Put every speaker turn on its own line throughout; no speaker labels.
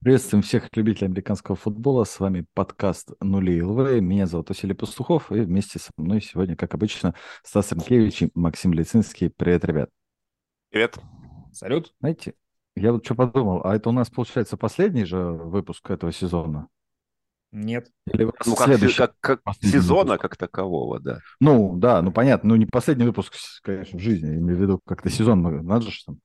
Приветствуем всех любителей американского футбола. С вами подкаст «Нули ЛВ». Меня зовут Василий Пастухов. И вместе со мной сегодня, как обычно, Стас Ренкевич и Максим Лицинский. Привет, ребят.
Привет. Салют.
Знаете, я вот что подумал. А это у нас, получается, последний же выпуск этого сезона?
Нет.
Или у нас
Ну, как,
следующий?
как, как
последний
сезона
выпуск.
как такового, да.
Ну, да, ну понятно. Ну, не последний выпуск, конечно, в жизни. Я имею в виду, как-то сезон ну, надо же там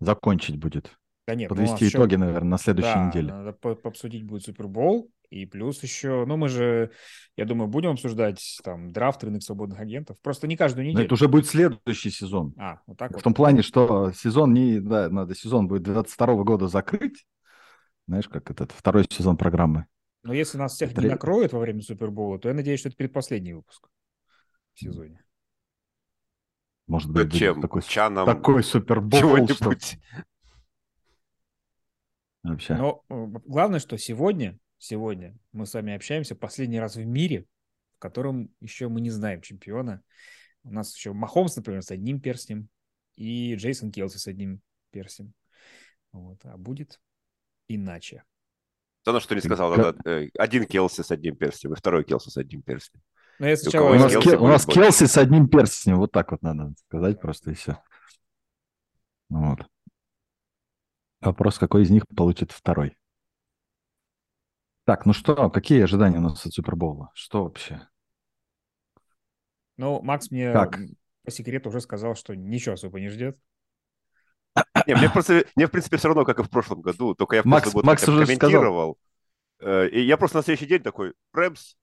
закончить будет.
Да нет, ну, у нас
Подвести
еще-
итоги, наверное, на следующей
да,
неделе.
надо по- пообсудить будет Супербол. И плюс еще, ну мы же, я думаю, будем обсуждать там драфт рынок свободных агентов. Просто не каждую
Но
неделю.
Ну, это уже будет следующий сезон.
А, вот так
В
вот.
том плане, что сезон не... Да, надо сезон будет 22 года закрыть. Знаешь, как этот второй сезон программы.
Но если нас всех
Тре-
не накроют во время Супербола, то я надеюсь, что это предпоследний выпуск в сезоне.
Может
Ну,
быть, будет
чем?
такой, с-
Чаном
такой супербол, что
чего-нибудь.
вообще.
Ну,
Но э, главное, что сегодня, сегодня мы с вами общаемся последний раз в мире, в котором еще мы не знаем чемпиона. У нас еще Махомс, например, с одним перстнем и Джейсон Келси с одним перстнем. Вот. А будет иначе.
Да, ну что не сказал,
Как-
надо, э, один Келси с одним перстнем и второй Келси с одним перстнем.
Но я
у
у
сначала...
кого
нас,
Келси
Кел- у нас
будет больше.
Келси с одним перстнем, вот так вот надо сказать просто и все. Вот. Вопрос, какой из них получит второй. Так, ну что, какие ожидания у нас от Супербола? Что вообще?
Ну, Макс мне
Как?
по секрету уже сказал, что ничего особо не ждет.
Не, мне, просто, мне, в принципе, все равно, как и в прошлом году, только я в
Макс-
прошлом году
Макс
хотя бы
уже сказал.
комментировал. Э, И я просто на следующий день такой, Рэмс,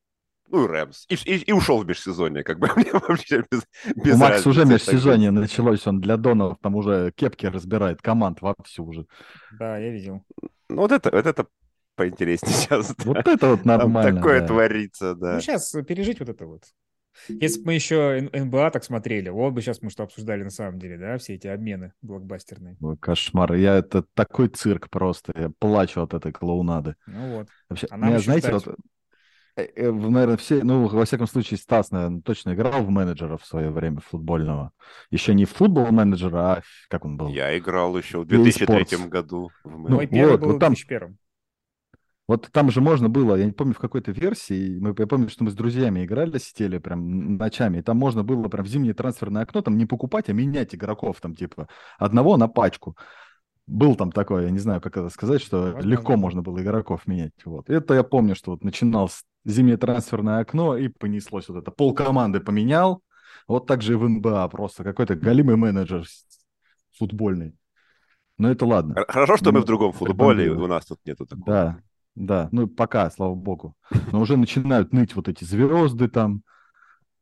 ну и Рэмс. И, и- и ушел в межсезонье, как бы. Мне вообще без, без
У Макс уже
разницы, так что-
межсезонье началось, он для Донов там уже кепки разбирает команд вовсю уже.
Да, я видел.
Ну вот это, вот это поинтереснее сейчас. да.
Вот это вот
Там
нормально.
такое
да.
творится, да.
Ну, сейчас пережить вот это вот. Если бы мы еще Н- НБА так смотрели, вот бы сейчас мы что обсуждали на самом деле, да, все эти обмены блокбастерные.
Ой, кошмар. Я это такой цирк просто. Я плачу от этой клоунады.
Ну вот.
Вообще,
А нам
меня,
еще
знаете,
ждать.
вот, э, э, в- наверное, все, ну, во всяком случае, Стас, наверное, точно играл в менеджера в свое время футбольного. Еще не в футбол-менеджера, а в- как он был?
Я играл еще в
EA Sports.
2003 году. в Мэн-
Ну,
Мой первый
вот,
был
вот
в
там-
2001.
Вот там же можно было, я не помню, в какой-то версии, мы, я помню, что мы с друзьями играли, сидели прям ночами, и там можно было прям в зимнее трансферное окно там не покупать, а менять игроков там типа одного на пачку. Был там такое, я не знаю, как это сказать, что
Возможно.
легко можно было игроков менять. Вот. Это я помню, что вот начиналось зимнее трансферное окно, и понеслось вот это. Пол команды поменял, вот так же и в НБА просто какой-то голимый менеджер с- футбольный. Но это ладно.
Хор- Хорошо, что мы в другом
Прибомбило.
футболе, у нас тут нету такого.
Да, да. Ну, пока, слава богу. Но уже начинают ныть вот эти звезды там.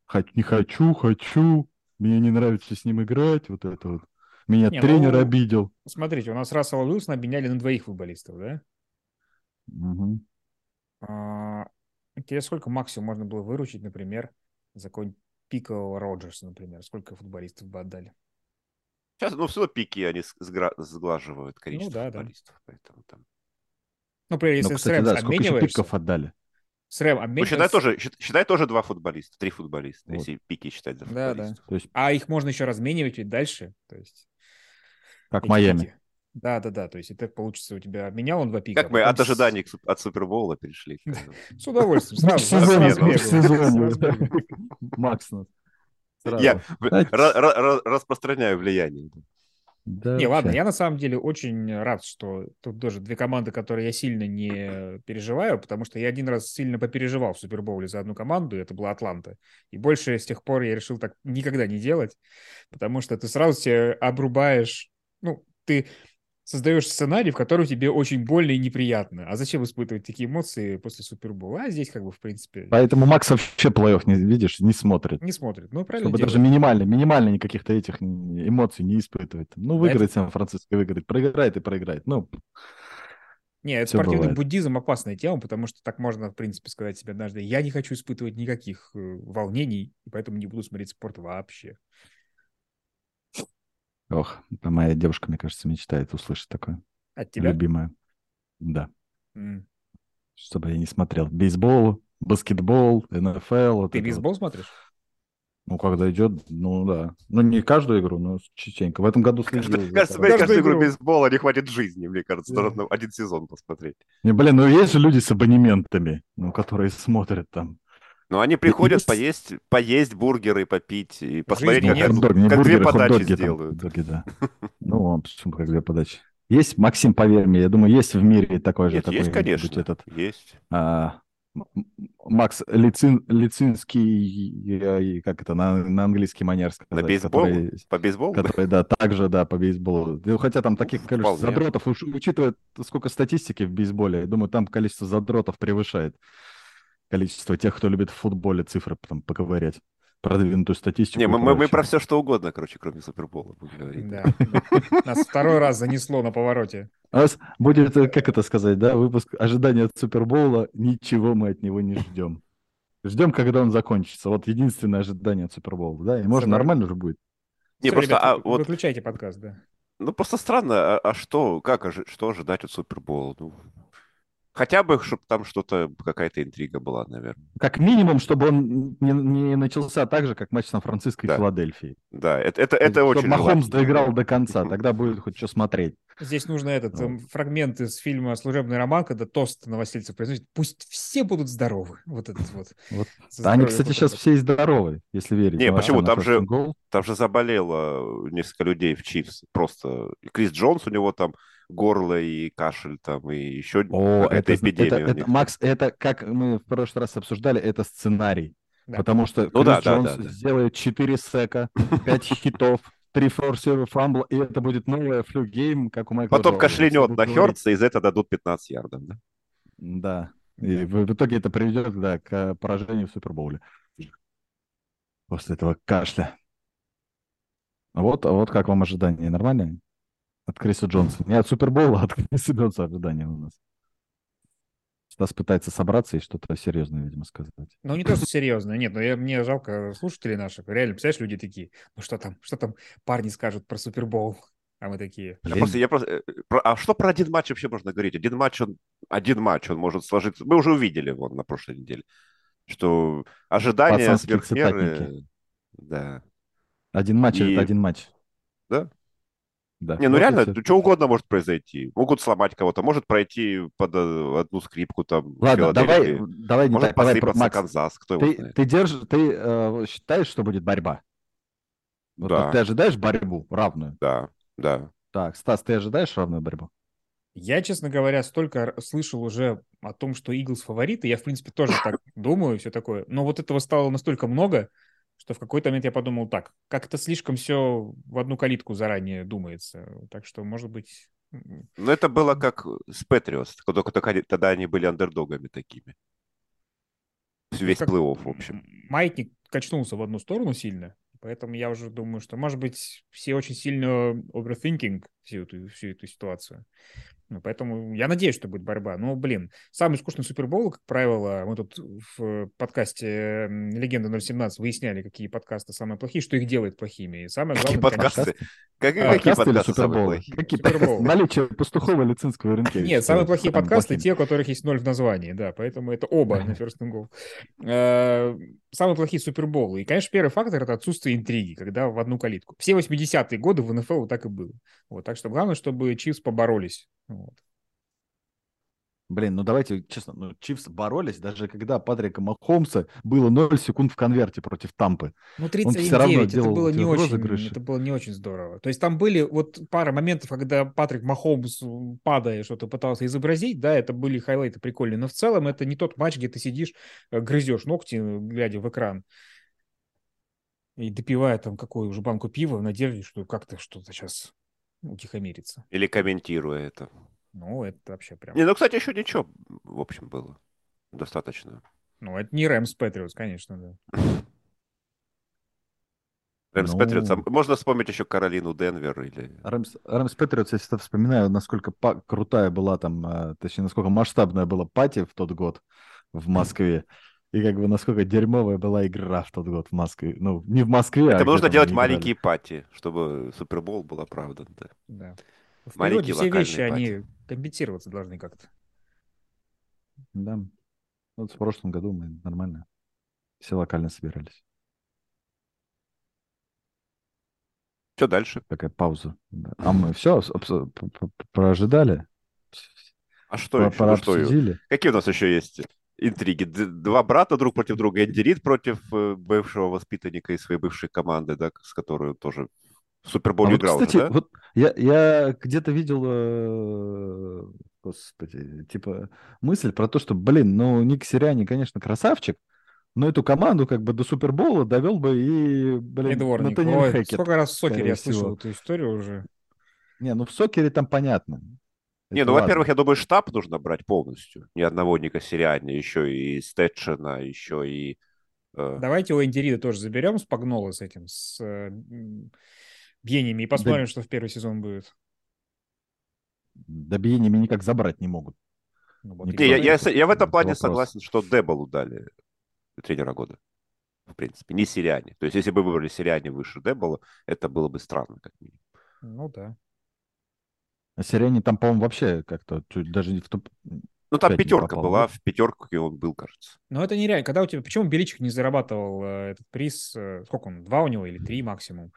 Хоть не хочу, хочу. Мне не нравится с ним играть. Вот это вот. Меня
Не,
тренер
ну,
обидел.
Смотрите, у нас Рассела Уилсона обменяли на двоих футболистов, да?
Мгм.
А, тебе сколько максимум можно было выручить, например, за какой-нибудь пикового Роджерса, например? Сколько футболистов бы отдали?
Сейчас, ну, все пики они с- сгра- сглаживают количество
Ну да, да.
футболистов. Поэтому там.
Ну, Например,
Ну,
если с
кстати,
Рэмс
да, сколько еще
обмениваешься,
пиков отдали?
с Рэм
Ну, считай
обмениваешься-
тоже, щи- считай тоже два футболиста, три футболиста,
Вот.
если пики считать за
Да, да.
футболистов.
То есть,
а их можно еще разменивать ведь дальше. То есть
как
эти
Майами.
пики. Да, да, да. То есть это получится у тебя обменял он два пика.
Как
а
мы
потом
от
с-
ожиданий к су- от Супербола перешли.
Да. С удовольствием. Сразу,
Ну, В
сразу,
сезоне,
сразу
в
бегу,
сезоне.
сразу бегу.
Макс нас. Сразу.
Я в-
Знаете-
ра- ра- ра- распространяю влияние.
Да,
Не, ладно,
вообще.
я на самом деле очень рад, что тут тоже две команды, которые я сильно не переживаю, потому что я один раз сильно попереживал в Супербоуле за одну команду, и это была Атланта. И больше с тех пор я решил так никогда не делать, потому что ты сразу себе обрубаешь, ну, ты создаешь сценарий, в котором тебе очень больно и неприятно. А зачем испытывать такие эмоции после Супербоула? А здесь как бы, в принципе,
Поэтому Макс вообще плей-офф, не, видишь, не смотрит.
не смотрит. Ну, правильно
Чтобы
делает.
даже минимально, минимально никаких-то этих м, эмоций не испытывать. Ну,
Да,
выиграет Сан-Франциско, выиграет. Проиграет и проиграет. Ну,
Не, это
Всё
спортивный
бывает.
буддизм опасная тема, потому что так можно, в принципе, сказать себе однажды, я не хочу испытывать никаких э, волнений, и поэтому не буду смотреть спорт вообще.
ох, это моя девушка, мне кажется, мечтает услышать такое.
От тебя?
Любимая. Да.
М.
Чтобы я не смотрел. Бейсбол, баскетбол, НФЛ. вот
Ты
это вот.
бейсбол смотришь?
Ну, когда идет, ну да. Ну, не каждую игру, но частенько. В этом году следил. за
Кажется,
командой.
мне каждую
Каждую
игру
игру.
бейсбола не хватит жизни, мне кажется.
Да.
Должно один сезон посмотреть.
Не, блин, ну есть же люди с абонементами, ну, которые смотрят там.
Но они приходят
Есть.
поесть, поесть бургеры, попить и посмотреть,
жизни
как,
нет.
это-
Хот-дог, не
как две
бургеры,
подачи
хот-доги там,
сделают.
хот-доги, да. Ну, он, почему как две подачи. Есть, Максим, поверь мне, я думаю, есть в мире такой же.
Нет,
такой,
есть, конечно.
быть, этот,
Есть.
а, М- М- Макс Лицин, Лицинский, э, и как это на, на английский манер сказать,
бейсбол?
который,
По бейсболу?
который, да, также, да, по бейсболу. Ну, Хотя там таких количество
вполне.
задротов, уж учитывая сколько статистики в бейсболе, я думаю, там количество задротов превышает количество тех, кто любит в футболе цифры там поковырять, продвинутую статистику.
Не,
и
мы, мы- мы
прочее.
про все что угодно, короче, кроме Супербола будем говорить.
Да. Нас второй раз занесло на повороте.
У нас будет, э, как это сказать, да, выпуск ожидания от Супербоула, ничего мы от него не ждем. Ждем, когда он закончится. Вот единственное ожидание от Супербоула, да, и можно
Супер.
нормально же будет.
Не,
Всё,
просто,
ребят,
а,
вы-
вот,
Выключайте подкаст, да.
ну, просто странно, а, а что, как, ожи- что ожидать от Супербола? Ну, хотя бы, чтобы там что-то, какая-то интрига была, наверное.
Как минимум, чтобы он не, не начался так же, как матч Сан-Франциско и
Да.
Филадельфии.
Да, это, это, это
чтобы
очень
Ну, Махомс
желательно.
доиграл до конца, тогда будет хоть что смотреть.
Здесь нужно этот
Ну.
эм, фрагмент из фильма «Служебный роман», когда тост Новосельцев произносит «Пусть все будут здоровы». Вот этот вот.
Вот.
Со
Да, они,
здоровьем
кстати,
вот
сейчас
это.
все и здоровы, если верить.
Не,
Ну,
почему?
Аарона
Там же-
Гол.
Там же заболело несколько людей в Чивс. Просто и Крис Джонс, у него там горло и кашель там, и еще
О,
какая-то
это, зн- это,
эпидемия у
это-
них.
Макс, это, как мы в прошлый раз обсуждали, это сценарий.
Да.
Потому что Крис
Ну да, да,
Джонс
да, да.
сделает 4 сека, 5 хитов, 3 форсера фамбла, и это будет новое флюгейм, как у Майкла
Потом
Джордана.
кашлянет
Все
на
будут говорить,
Хёртса, и за это дадут 15 ярдов. Да?
Да. И в в итоге это приведет да, к поражению в Супербоуле. После этого кашля. Вот, а вот как вам ожидание? Нормально? От Криса Джонса. Не от Супербоула, а от Криса Джонса ожидания у нас. Стас пытается собраться и что-то серьезное, видимо, сказать.
Ну, не то, что серьезно, нет, но я, мне жалко слушателей наших. Реально, представляешь, люди такие, ну что там, что там парни скажут про Супербол? А мы такие,
Я просто, я просто, э, про- а что про один матч вообще можно говорить? Один матч, он, один матч, он может сложиться. Мы уже увидели вон на прошлой неделе, что ожидания
Пацанские
сверх меры,
цитатники.
Да.
Один матч
И-
это один матч.
Да?
Да.
Не,
Вот
ну
и
реально,
всё.
что угодно может произойти. Могут сломать кого-то, может пройти под э, одну скрипку там. в
Ладно, давай,
Филадельфии.
давай не
Может
так, давай,
посыпаться
Макс,
Канзас, кто его
Ты,
знает.
ты держишь, ты э, считаешь, что будет борьба? Вот
Да.
вот Ты ожидаешь борьбу равную?
Да, да.
Так, Стас, ты ожидаешь равную борьбу?
я, честно говоря, столько р- слышал уже о том, что Иглс фавориты, я, в принципе, тоже так думаю и все такое. Но вот этого стало настолько много, что в какой-то момент я подумал так, как-то слишком все в одну калитку заранее думается. Так что, может быть, м,
Но это было как с Патриос, только, только они- тогда они были андердогами такими. Весь
как-
плей-офф, в общем.
м, Маятник качнулся в одну сторону сильно, поэтому я уже думаю, что, может быть, все очень сильно overthinking всю эту, всю эту ситуацию. Ну, поэтому я надеюсь, что будет борьба. Но, блин, самый скучный Супербол, как правило, мы тут в подкасте м, «Легенда 017» выясняли, какие подкасты самые плохие, что их делает плохими. И самое
Какие
главное, конечно,
подкасты? Как-
А,
Какие
Подкасты или
подкасты самые
Суперболы?
плохие?
Какие
Супербол.
подкасты? Наличие Пастухова и Лицинского рынка.
Нет, самые плохие подкасты те, у которых есть ноль в названии, да, поэтому это оба на First and Goal. Э, Самые плохие суперболы. И, конечно, первый фактор — это отсутствие интриги, когда в одну калитку. Все 80-е годы в НФЛ вот так и было. Вот, так что главное, чтобы Чивс поборолись. Вот.
Блин, ну давайте честно, ну Чивс боролись, даже когда Патрика Махомса было 0 секунд в конверте против Тампы.
Ну,
всё равно
39, это
делал
было
эти
не очень,
розыгрыши.
это было не очень здорово. То есть там были вот пара моментов, когда Патрик Махомс, м, падая, что-то пытался изобразить, да, это были хайлайты прикольные, но в целом это не тот матч, где ты сидишь, э, грызешь ногти, э, глядя в экран, и допивая там какую уже банку пива в надежде, что как-то что-то сейчас утихомирится.
Или комментируя это.
Ну, это вообще прям...
Не, ну, кстати, еще ничего, в общем, было. Достаточно.
Ну, это не Рэмс Патриотс, конечно, да.
Рэмс
Ну. А,
Патриотс, а Можно вспомнить еще Каролину Денвер или...
Рэмс, Рэмс Патриотс, я всегда вспоминаю, насколько па- крутая была там, э, точнее, насколько масштабная была пати в тот год в Москве. И как бы насколько дерьмовая была игра в тот год в Москве. Ну, не в Москве, а
Это
где
нужно
там
делать
они играли.
маленькие пати, чтобы Супербол был оправдан. да.
да. В природе
Маленькие
все вещи,
локальные
они компенсироваться должны как-то.
Да. Вот в прошлом году мы нормально все локально собирались.
Что дальше?
Такая пауза. да. А мы все прожидали,
А что
про-
еще? Ну, что и-
прообсудили.
Какие у нас еще есть интриги? Д- Два брата друг против друга. Энди Рид против э, бывшего воспитанника из своей бывшей команды, да, с которой он тоже в
А
Суперболе
вот,
играл. же,
кстати,
да?
вот я, я где-то видел, э, господи, типа мысль про то, что, блин, ну Ник Сириани, конечно, красавчик, но эту команду как бы до Супербола довел бы и, блин,
Эдворник.
Натаниэль
Ой,
Хекет.
Сколько раз в Сокере
скорее
я слышал
всего.
эту историю уже.
Не, ну в сокере там понятно.
Не,
Это
ну,
ладно.
во-первых, я думаю, штаб нужно брать полностью. Ни одного Ника Сириани, еще и Стэдшина, еще и... э,
Давайте у Энди Рида тоже заберем с Погнола с этим, с э, м, Бьениями, и посмотрим, что в первый сезон будет.
Да Биениями никак забрать не могут.
Ну, вот
Не,
и
Не, я,
Давай,
я
давайте.
с- я в этом
это
плане
вопрос.
согласен, что Деболу дали тренера года. В принципе, не Сириане. То есть, если бы выбрали Сириане выше Дебола, это было бы странно, как минимум.
Ну да.
А Сириани там, по-моему, вообще как-то чуть даже не в топ...
Ну, там
Опять не
пятерка
попал,
была,
да?
в пятерку и он был, кажется.
Но это нереально. Когда у тебя... Почему Беличик не зарабатывал э, этот приз? э, Сколько он? Два у него или три максимум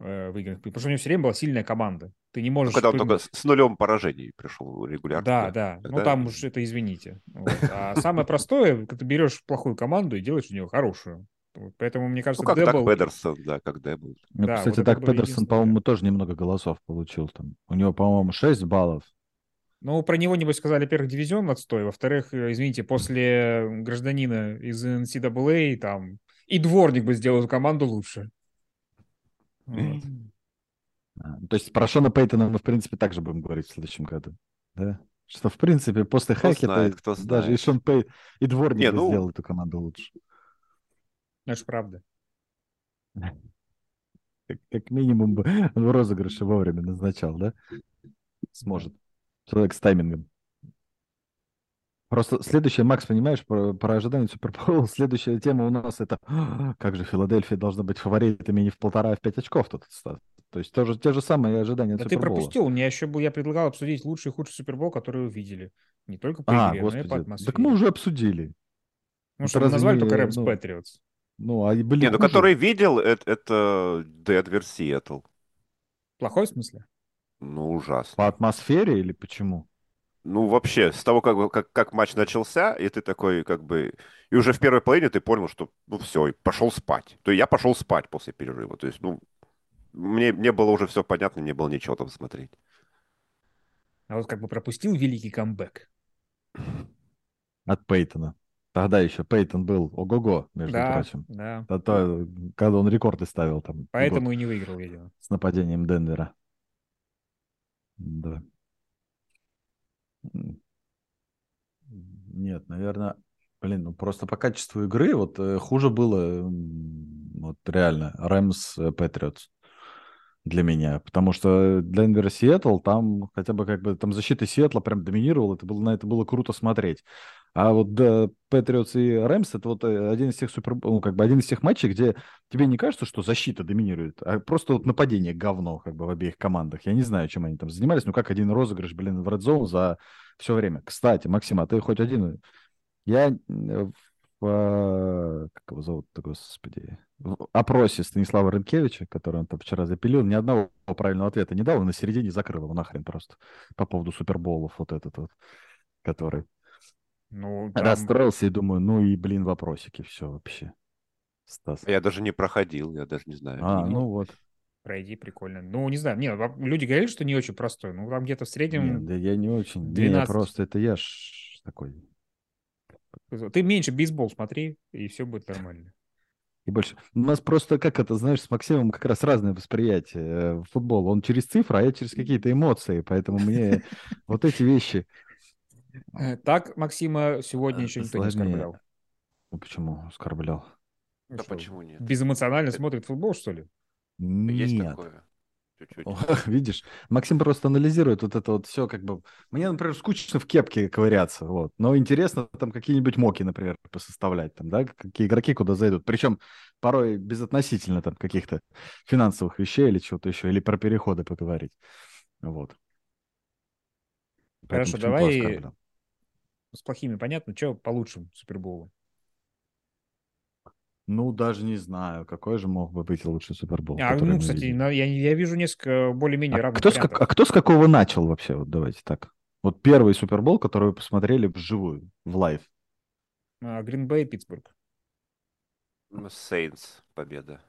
э, выигранных? Потому что у него все время была сильная команда. Ты не можешь...
Ну, Когда он только
прыгнуть.
с с нулем поражений пришел регулярно.
Да, да. Ну,
Тогда-
там уж это извините. Вот. А самое простое, когда ты берешь плохую команду и делаешь у нее хорошую. Вот Поэтому, мне кажется,
Ну, как так
Дэбл-
Педерсон, да, как Дебл.
Ну,
Да, вот
кстати,
это
так
было
Педерсон,
единственное.
по-моему, тоже немного голосов получил там. У него, по-моему, 6 баллов.
Ну, про него, небось, сказали, во-первых, дивизион отстой, во-вторых, э, извините, после гражданина из NCAA там и дворник бы сделал эту команду лучше. Вот.
А, То есть про Шона Пейтона мы, в принципе, также будем говорить в следующем году. Да? Что, в принципе, после
Кто
Хакета
знает, кто
даже и
знает.
Шон Пейт, и Дворник
Не,
бы
ну-
сделал эту команду лучше.
Ну, это ж правда.
Как, как минимум бы в розыгрыше вовремя назначал, да? Сможет. Человек с таймингом. Просто следующая, Макс, понимаешь, про, про ожидание Супербола, следующая тема у нас это «А, как же Филадельфия должна быть фаворитами не в полтора, а в пять очков тут. Стас». То есть тоже, те же самые ожидания от
Да ты
Супербола.
пропустил, у меня еще был, я предлагал обсудить лучший и худший Супербол, который вы видели. Не только по
А,
игре, но ну и по
господи.
атмосфере.
Так мы уже обсудили.
Ну,
это
что, мы
разве
назвали
не,
только Рэмс
ну,
Патриотс.
Ну, а и были
Не, ну,
хуже.
который видел, это, это Денвер, Сиэтл.
Плохой в смысле?
Ну, ужасно.
По атмосфере или почему?
Ну, вообще, с того, как, бы- как, как матч начался, и ты такой, как бы... И уже в первой половине ты понял, что, ну, все, и пошел спать. То есть я пошел спать после перерыва. То есть, ну, мне, мне было уже все понятно, не было ничего там смотреть.
А вот как бы пропустил великий камбэк.
От Пейтона. Тогда еще Пейтон был ого-го, между
Да,
прочим.
да.
А то, когда он рекорды ставил там
Поэтому
год
и не выиграл, видимо.
с нападением Денвера. Да. М. Нет, наверное, блин, ну просто по качеству игры вот э, хуже было, м, вот реально, Рэмс э, Патриотс для меня, потому что Денвер и Сиэтл, там хотя бы как бы там защита Сиэтла прям доминировала, это было, на это было круто смотреть. А вот да, Патриотс и Рэмс, это вот э, один из тех супер, ну, как бы один из тех матчей, где тебе не кажется, что защита доминирует, а просто вот нападение говно как бы в обеих командах. Я не знаю, чем они там занимались, но как один розыгрыш, блин, в Red Zone за все время. Кстати, Максим, а ты хоть один... Я э, в... э, Как его зовут господи? В опросе Станислава Рынкевича, который он там вчера запилил, ни одного правильного ответа не дал, и на середине закрыл его нахрен просто по поводу суперболов вот этот вот, который
Ну, там-
расстроился и думаю, ну и, блин, вопросики, все вообще. Стас.
Я даже не проходил, я даже не знаю.
А,
Не-
ну вот.
Пройди, прикольно. Ну, не знаю, не, во- люди говорили, что не очень простой. Ну, там где-то в
Не,
среднем...
да я не очень. Не, я
12.
просто это я ж такой. ну.
Ты меньше бейсбол смотри, и все будет нормально.
И больше. У нас просто, как это, знаешь, с Максимом как раз разное восприятие э, футбола. Он через цифры, а я через какие-то эмоции. Поэтому мне вот эти вещи...
Э, Так, Максима, сегодня еще никто не
А. Э, Сложнее.
оскорблял.
Ну, Почему оскорблял?
Ну
Да
что,
почему нет? Э,
Безэмоционально смотрит футбол, что ли?
Есть
Нет.
такое. Чуть-чуть.
Ох, видишь, Максим просто анализирует вот это вот все, как бы. Мне, например, скучно в кепке ковыряться, вот. Но интересно там какие-нибудь моки, например, посоставлять, там, да, какие игроки куда зайдут. Причем порой безотносительно там каких-то финансовых вещей или чего-то еще, или про переходы поговорить. Вот.
Хорошо,
почему
давай-
оскорблял?
С плохими понятно, что получше Супербола.
Ну, даже не знаю, какой же мог бы быть лучший Супербол.
А,
который
ну,
мы
кстати,
видели.
на- я, я вижу несколько более-менее
А
равных
кто, с как-
вариантов.
а кто с какого начал вообще? Вот давайте так. Вот первый Супербол, который вы посмотрели вживую, в лайв.
А, Гринбей, Питтсбург.
Сейнс победа.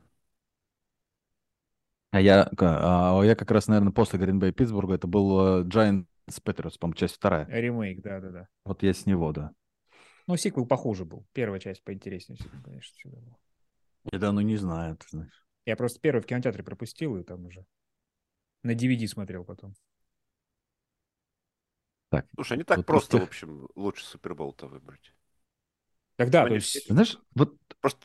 А я, а, а я как раз, наверное, после Гринбей Питтсбурга, это был э, Giants Patriots, по-моему, часть вторая.
Ремейк, да-да-да.
Вот я с него, да.
Ну, сиквел похуже был. Первая часть поинтереснее, всегда, конечно, всегда была.
Я да, ну не знаю, ты знаешь.
Я просто первый в кинотеатре пропустил и там уже на DVD смотрел потом.
Так.
Слушай, не так
Вот
просто,
просто-
в общем, лучше Супербол-то выбрать.
Тогда,
Ну,
то
не
есть,
все.
Знаешь, вот
Просто...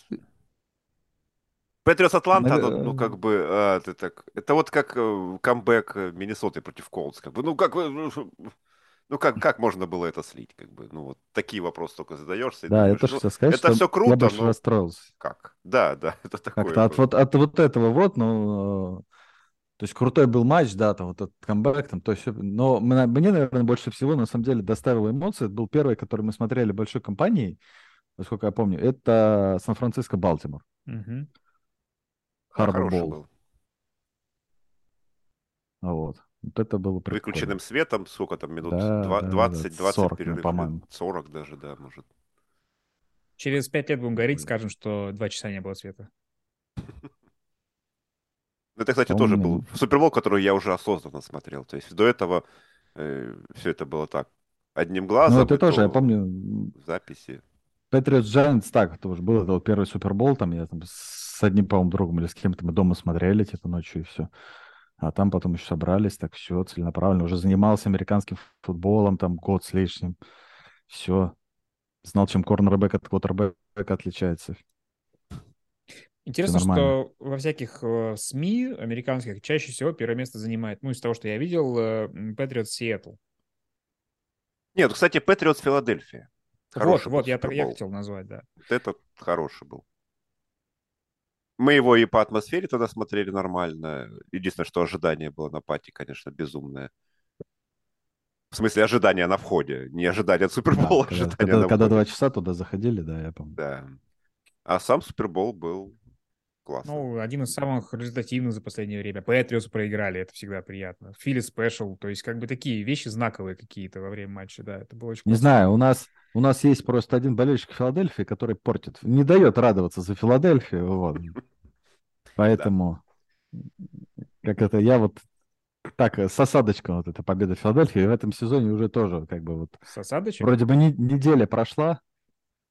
Патриос Атланта,
Навер-
оно, ну, как бы, а, это, так, это вот как э, камбэк э, Миннесоты против Колдс, как бы, ну, как, вы- ну, как, как можно было это слить, как бы, ну, вот такие вопросы только задаешься и
Да,
думаешь,
это что
ну,
хотел сказать,
это
что
всё
я
круто,
больше
но-
расстроился.
как? Да, да, это такое.
Как-то от
было.
вот, от вот этого вот, ну, э, то есть крутой был матч, да, там вот этот камбэк, там то все. Но мна- мне, наверное, больше всего, на самом деле, доставило эмоции. Это был первый, который мы смотрели большой компанией, насколько я помню. Это Сан-Франциско-Балтимор,
мгм.
Да,
Харбор
Ну, хороший
Боул.
был.
Вот. Вот это было прикольно.
Выключенным светом, сколько там, минут
Да, да, да,
20-20
40,
перерыв,
по-моему.
40 даже, да, может.
Через пять лет будем говорить,
Блин.
скажем, что два часа не было света.
Ну, Это, кстати,
А у
тоже
меня
был Супербол, который я уже осознанно смотрел. То есть до этого все это было так. Одним глазом,
Ну, это
и
тоже, я
то
помню, м,
в записи.
Patriots Giants, так, это уже был, это вот первый Супербол, там я там с одним, по-моему, другом или с кем-то мы дома смотрели, типа, ночью и все. А там потом еще собрались, так все, целенаправленно. Уже занимался американским футболом, там, год с лишним. Все. Знал, чем корнербэк от квотербэка отличается.
Интересно,
нормально.
что во всяких э, СМИ американских чаще всего первое место занимает, ну, из того, что я видел, э, м, Patriots Сиэтл.
Нет, кстати, Патриотс Филадельфия.
Вот,
Хороший был
вот, я, так- я
Супербол.
хотел назвать, да.
Вот этот хороший был. Мы его и по атмосфере тогда смотрели нормально. Единственное, что ожидание было на пати, конечно, безумное. В смысле, ожидание на входе. Не ожидание от Супербола,
Да, когда,
ожидание
когда-
на
когда
входе.
два часа туда заходили, да, я помню.
Да. А сам Супербол был классный.
Ну, один из самых результативных за последнее время. Патриотс проиграли, это всегда приятно. Фили Спешл, то есть как бы такие вещи знаковые какие-то во время матча, да, это было очень
Не
классно.
знаю, у нас, у нас есть просто один болельщик Филадельфии, который портит, не дает радоваться за Филадельфию, вот. Поэтому, как это, я вот так, э, с осадочком вот эта победа Филадельфии, в этом сезоне уже тоже как бы вот
С осадочек?
Вроде бы не- неделя прошла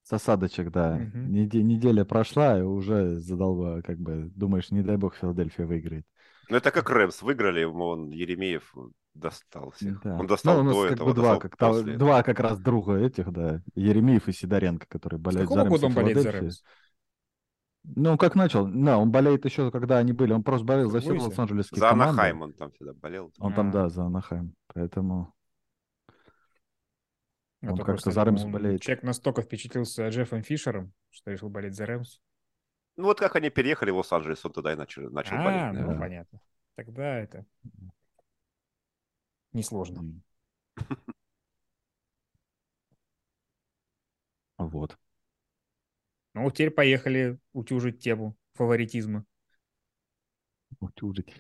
с осадочек, да.
Мгм.
Неде- неделя прошла, и уже задолба, как бы, думаешь, не дай бог Филадельфия выиграет.
Ну, это как Рэмс. Выиграли, ему он Еремеев достал всех.
Да.
Он достал
Ну, у нас
до
как
этого,
бы два,
достал
как, та-
после
два как раз друга этих, да, Еремеев и Сидоренко, которые
С
болеют за
какого
Рэмс
года
и
он болеет за
Филадельфию.
Рэмс?
Ну, как начал? Да, он болеет еще, когда они были. Он просто болел за все
Луисе?
Лос-Анджелесские
За
команды.
Анахайм он там всегда болел.
Он там,
А.
да, за Анахайм. Поэтому
А
Он
то
как-то
просто,
за
я
Рэмс
думал,
болеет.
Человек настолько впечатлился Джеффом Фишером, что решил болеть за Рэмс.
Ну, вот как они переехали в Лос-Анджелес, он тогда и начал, начал
А,
болеть.
ну
да.
понятно. Тогда это несложно.
м, вот.
Ну, вот теперь поехали утюжить тему фаворитизма.
Утюжить.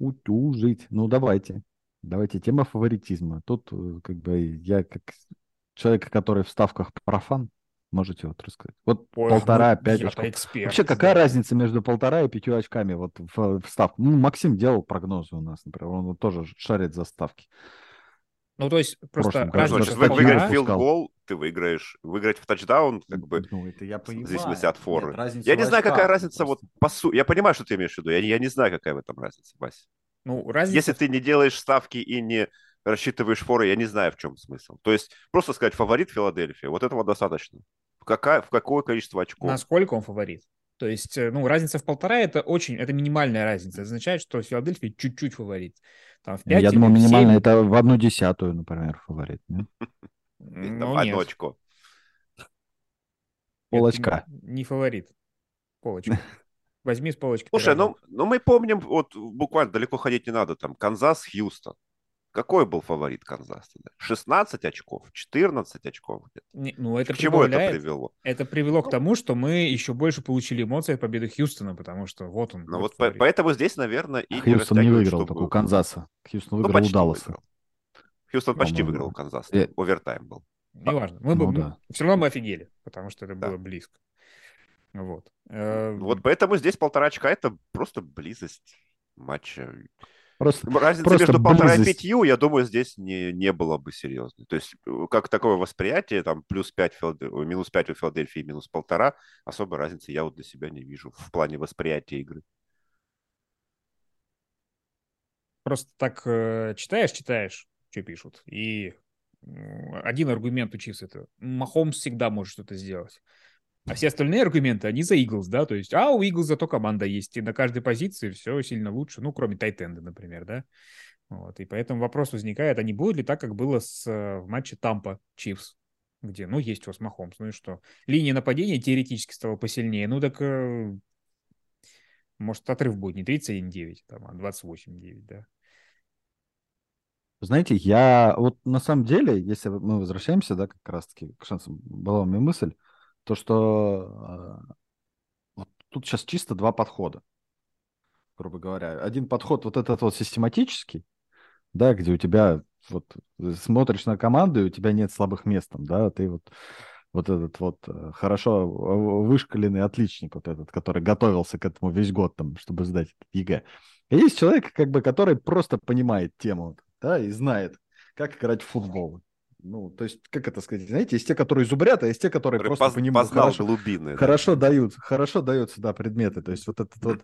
Утюжить. Ну, давайте. Давайте. Тема фаворитизма. Тут, э, как бы, я как человек, который в ставках профан, можете вот рассказать. Вот
Ой,
полтора,
ну,
пять
я-то
очков.
эксперт,
Вообще, какая
да.
разница между полтора и пятью очками вот в, в ставку? Ну, Максим делал прогнозы у нас, например. Он вот тоже шарит за ставки.
Ну, то есть просто
прошлом году.
Ну,
Разница
Значит, вы,
разница
в
выиграть
очках.
полтора.
фил-
филд-гол, ты выиграешь. Выиграть в тачдаун, как бы,
Ну, это я понимаю.
в зависимости от форы.
Нет, разница
я
в
не знаю, какая
очках.
разница, вот,
Просто-
по су... Я понимаю, что ты имеешь в виду, я, не- я не знаю, какая в этом разница, Вася.
Ну, разница...
Если ты не делаешь ставки и не рассчитываешь форы, я не знаю, в чем смысл. То есть просто сказать фаворит Филадельфия, вот этого достаточно. В, какая, в какое количество очков?
насколько он фаворит. То есть, э, ну, разница в полтора это очень, это минимальная разница. Это означает, что Филадельфия чуть-чуть фаворит. Там в 5
Ну, я думал, минимально это в одну десятую, например, фаворит. нет?
Здесь Э, там
Ну,
одно
нет,
очко.
это
Полочка.
Не, не фаворит. Полочка. Возьми с полочки.
Слушай,
пирожок.
ну, ну мы помним, вот буквально далеко ходить не надо, там, Канзас, Хьюстон. Какой был фаворит Канзас тогда? 16 очков, 14 очков. где-то.
Не- Ну, это
К чему это
прибавляет.
привело?
Это привело к тому, что мы еще больше получили эмоций от победы Хьюстона, потому что вот он.
Ну
вот
вот по-
фаворит.
поэтому здесь, наверное, и
Хьюстон не
растягивают,
выиграл
чтобы-
так у Канзаса. Хьюстон
Ну,
выиграл у
почти
Далласа.
выиграл. Хьюстон почти
По-моему.
выиграл у Канзаса.
Э,
Овертайм был.
Неважно. Мы
Ну
бы,
да.
Все равно мы офигели, потому что это
Да. Ну,
было близко. Вот. Э,
Вот поэтому здесь полтора очка это просто близость матча.
Просто
Разница
Просто
между полтора и
близость.
пятью, я думаю, здесь не, не было бы серьезной. То есть, э, как такое восприятие, там, плюс 5, минус 5 у Филадельфии, минус полтора, особой разницы я вот для себя не вижу в плане восприятия игры.
Просто так э, читаешь, читаешь, что пишут. И м, один аргумент у Чивс это Махомс всегда может что-то сделать. А все остальные аргументы, они за Иглс, да? То есть, а у Иглс зато команда есть, и на каждой позиции все сильно лучше, ну, кроме Тайтенда, например, да? Вот, и поэтому вопрос возникает, а не будет ли так, как было с, э, в матче Тампа Чивс, где, ну, есть у вас Махомс, ну и что? Линия нападения теоретически стала посильнее, ну так, э, может, отрыв будет не 31-9, там, а 28-9, да?
Знаете, я вот на самом деле, если мы возвращаемся, да, как раз-таки к шансам, была у меня мысль, то что э, вот тут сейчас чисто два подхода, грубо говоря. Один подход вот этот вот систематический, да, где у тебя вот смотришь на команду, и у тебя нет слабых мест там, да, а ты вот вот этот вот э, хорошо э, вышкаленный отличник вот этот, который готовился к этому весь год там, чтобы сдать этот ЕГЭ. А есть человек, как бы, который просто понимает тему, да, и знает, как играть в футбол. Ну, то есть, как это сказать, знаете, есть те, которые зубрят, а есть те, которые
Который
просто
поз-
понимают,
познал
хорошо,
глубины. да.
хорошо дают, хорошо даются, да, предметы. То есть вот этот вот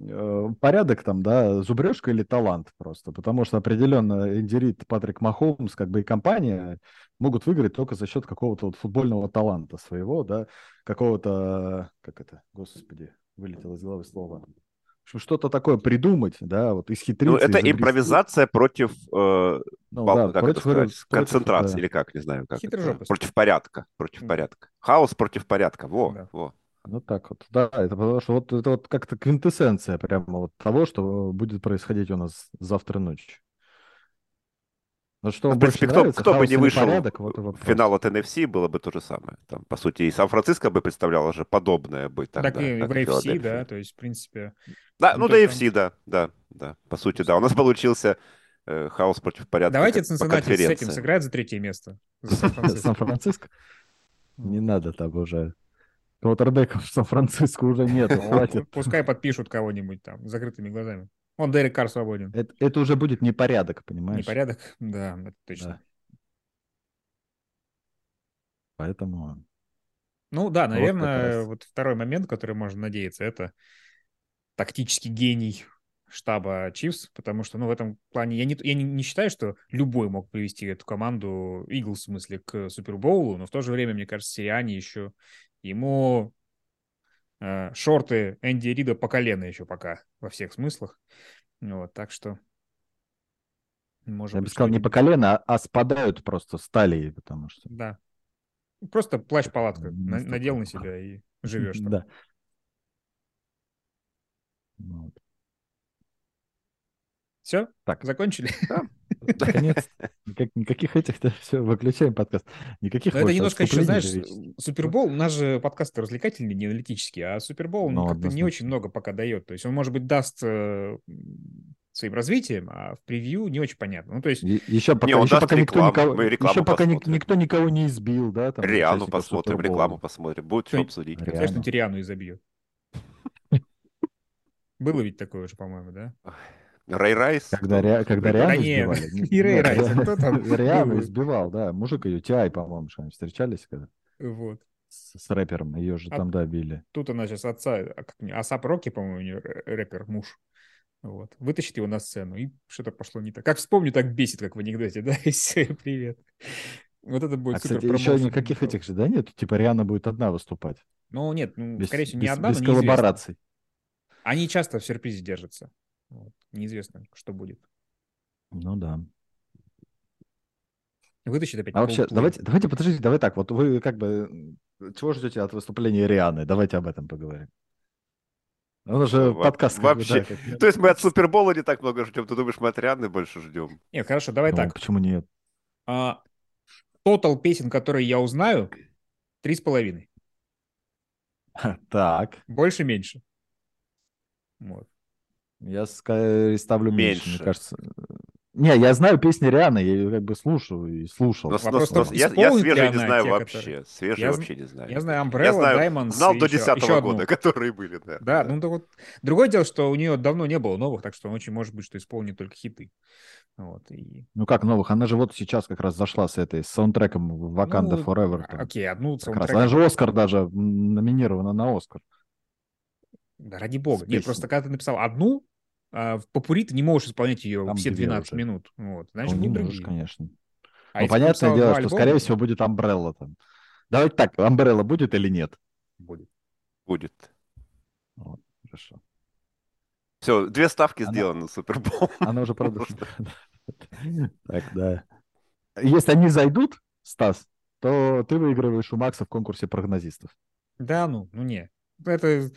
э, порядок там, да, зубрежка или талант просто, потому что определенно Индирит, Патрик Махомс, как бы и компания могут выиграть только за счет какого-то вот футбольного таланта своего, да, какого-то, как это, господи, вылетело из головы слово, Что- что-то такое придумать, да, вот исхитриться.
Ну, это
изобрести.
импровизация против, э,
Ну,
бал-
да,
как это
против-
сказать,
против,
концентрации
да.
или как, не знаю, как. это.
Хитрожопость.
Против порядка, против
Мгм.
порядка. Хаос против порядка, во,
Да.
во.
Ну так вот, да, это потому что вот это вот как-то квинтэссенция прямо вот того, что э, будет происходить у нас завтра ночью. Но что
Ну,
вам
в принципе,
больше
кто,
нравится,
кто бы
хаос
не
или
вышел
порядок, вот и
в
вопрос.
финал от NFC, было бы то же самое. Там, по сути, и Сан-Франциско бы представляло же подобное бы тогда.
так и в
как
AFC, да,
Филадельфия.
то есть, в принципе,
Да,
Ну,
ну,
то
да,
есть
AFC, да, да, да. По сути, да. У нас получился э, хаос против порядка.
давайте
как по
Цинциннати с этим
конференциям.
сыграет за третье место. За Сан-Франциско.
Сан-Франциско? Не надо там уже. Квотербеков в Сан-Франциско уже нет, ну, хватит.
Пускай подпишут кого-нибудь там с закрытыми глазами. Он Дерек Карр свободен.
Это, это уже будет непорядок, понимаешь?
Непорядок, да, это точно.
Да. Поэтому
Ну да,
Вот как
наверное,
раз.
вот второй момент, который можно надеяться, это тактический гений штаба Чивс, потому что, ну, в этом плане я не, я не, не считаю, что любой мог привести эту команду, Игл в смысле, к Супербоулу, но в то же время, мне кажется, Сириане еще ему э, шорты Энди Рида по колено еще пока во всех смыслах. Ну Вот, так что... Может
я бы
быть,
сказал, не
что-нибудь.
по колено, а, а спадают просто с талии, потому что...
Да. Просто плащ-палатка
Не
на-
настолько.
надел на себя и живешь там.
Да. Ну, вот.
Все?
Так.
Закончили?
Наконец, никак- никаких этих, да, все, выключаем подкаст. Никаких
Но это
вот
немножко еще,
отступлений
знаешь,
лирических.
Супербол, у нас же подкасты развлекательные, не аналитические, а Супербол он
Ну,
как-то не
однозначно.
очень много пока дает. То есть он, может быть, даст э, м, своим развитием, а в превью не очень понятно. Ну, то есть,
Е- Еще пока,
Не, он
еще
даст
пока никто
рекламу,
никого,
мы рекламу
еще пока ни-
посмотрим.
никто никого не избил, да? Там,
Риану
участников
посмотрим,
Супербола.
рекламу посмотрим. Будет что
Кто-
обсудить.
Ри-
конечно,
реально.
Тириану и забьют. Было ведь такое уже, по-моему, да?
Рэй Райс.
Когда,
кто?
Риа- когда
Да
Риану
не,
избивали. Не-
не Рэй
нет,
Райс, а кто там
Риану
был?
избивал, да. Мужик ее, Тиай, по-моему, что они встречались когда
Вот.
с, с рэпером. Ее же
А-
там, да, били.
Тут она сейчас отца, а как мне, Асап Рокки, по-моему, у неё рэ- рэпер, муж. Вот. Вытащит его на сцену, и что-то пошло не так. Как вспомню, так бесит, как в анекдоте, да, и все, привет. Вот это будет
А,
супер
кстати, еще
промоушен.
никаких этих же, да, нет? Типа Риана будет одна выступать.
Ну, нет, ну,
Без,
скорее всего, не
без-
одна,
без
но неизвестно.
коллабораций.
Они часто в сюрпризе держатся. Вот. Неизвестно, что будет.
Ну да.
Вытащит опять
А вообще,
Coldplay.
давайте, давайте, подождите, давай так, вот вы как бы м, чего ждете от выступления Рианы? Давайте об этом поговорим. Он же
Во-
подкаст. как бы,
вообще.
да, как-
То есть мы от Супербола не так много ждем. Ты думаешь, мы от Рианны больше ждем?
Нет, хорошо, давай
Ну,
так.
Почему нет?
А, Тотал песен, которые я узнаю, три с половиной.
Ха, Так,
Больше, меньше. Вот.
я ска- ставлю меньше,
Меньше.
мне кажется. Не, я знаю песни Рианы, я ее как бы слушаю и слушал.
Нас- нас-
Вопрос в
нас-
том,
Я я
исполнит ли
свежие не
она
знаю
те,
вообще.
которые-
Свежие
Я
вообще не знаю.
Я знаю
Я
Umbrella,
знаю,
Diamonds.
знал
и
до
еще-
10
еще одну.
года, которые были, да.
Да, ну да вот. Другое дело, что у нее давно не было новых, так что очень может быть, что исполнит только хиты. Вот. И...
Ну как новых? Она же вот сейчас как раз зашла с этой, с саундтреком «Ваканда
Ну,
Forever». там.
Окей, одну
Как раз.
саундтрек-
Она же Оскар даже м, номинирована на Оскар.
Да, ради бога.
с
Нет,
песней.
просто когда ты написал одну, а, в попури ты не можешь исполнять ее
Там
все
две
12
уже.
минут. Вот. Значит,
Ну,
будут
не можешь,
другие.
конечно.
А
Ну,
если бы написал
понятное дело,
два
что,
альбома,
скорее всего, будет Амбрелла там. Давайте так, Амбрелла будет или нет?
будет.
Будет.
Хорошо.
Все, две ставки
Она-
сделаны на Супербол.
Она уже правда... Так, да. Если они зайдут, Стас, то ты выигрываешь у Макса в конкурсе прогнозистов.
Да, ну, ну не. Это э,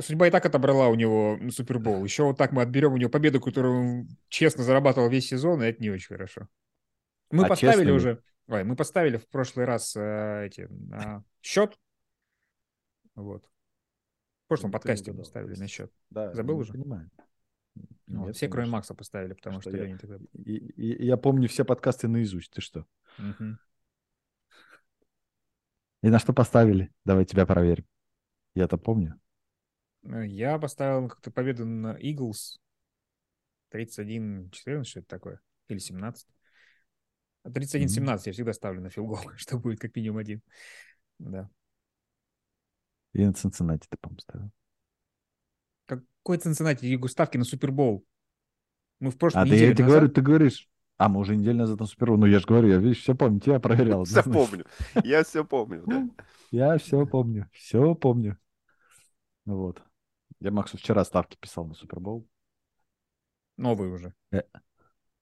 судьба и так отобрала у него Супербол. Еще вот так мы отберем у него победу, которую он честно зарабатывал весь сезон, и это не очень хорошо. Мы
А
поставили
честно ли?
уже. Ой, мы поставили в прошлый раз э, эти счет. Вот. В прошлом
Ну, ты не
подкасте мы
угадал,
поставили
то
на
есть,
счет.
Да,
Забыл
я
уже?
Понимаю.
Ну,
Нет,
все, кроме
конечно.
Макса, поставили, потому что,
Что я-
Лёня тогда... был.
И- и- и я помню все подкасты наизусть. Ты что?
Мгм.
И на что поставили? Давай тебя проверим. Я-то помню.
Э, Я поставил как-то победу на Eagles 31-14, что это такое? Или 17? А 31-17 я всегда ставлю на филгол, что будет как минимум один. Да.
И на Цинциннати ты, по-моему, ставил.
Какой Цинциннати? Его ставки на Супербол. Мы в прошлом
А ты, я тебе говорю, ты говоришь. А, мы уже неделю назад на Супербол. Ну, я же говорю, я, видишь, все помню. Тебя проверял.
Все
однозначно.
помню. Я все помню. да.
Ну. Я все помню, все помню. Ну Вот. Я Максу вчера ставки писал на Супербол.
новый уже.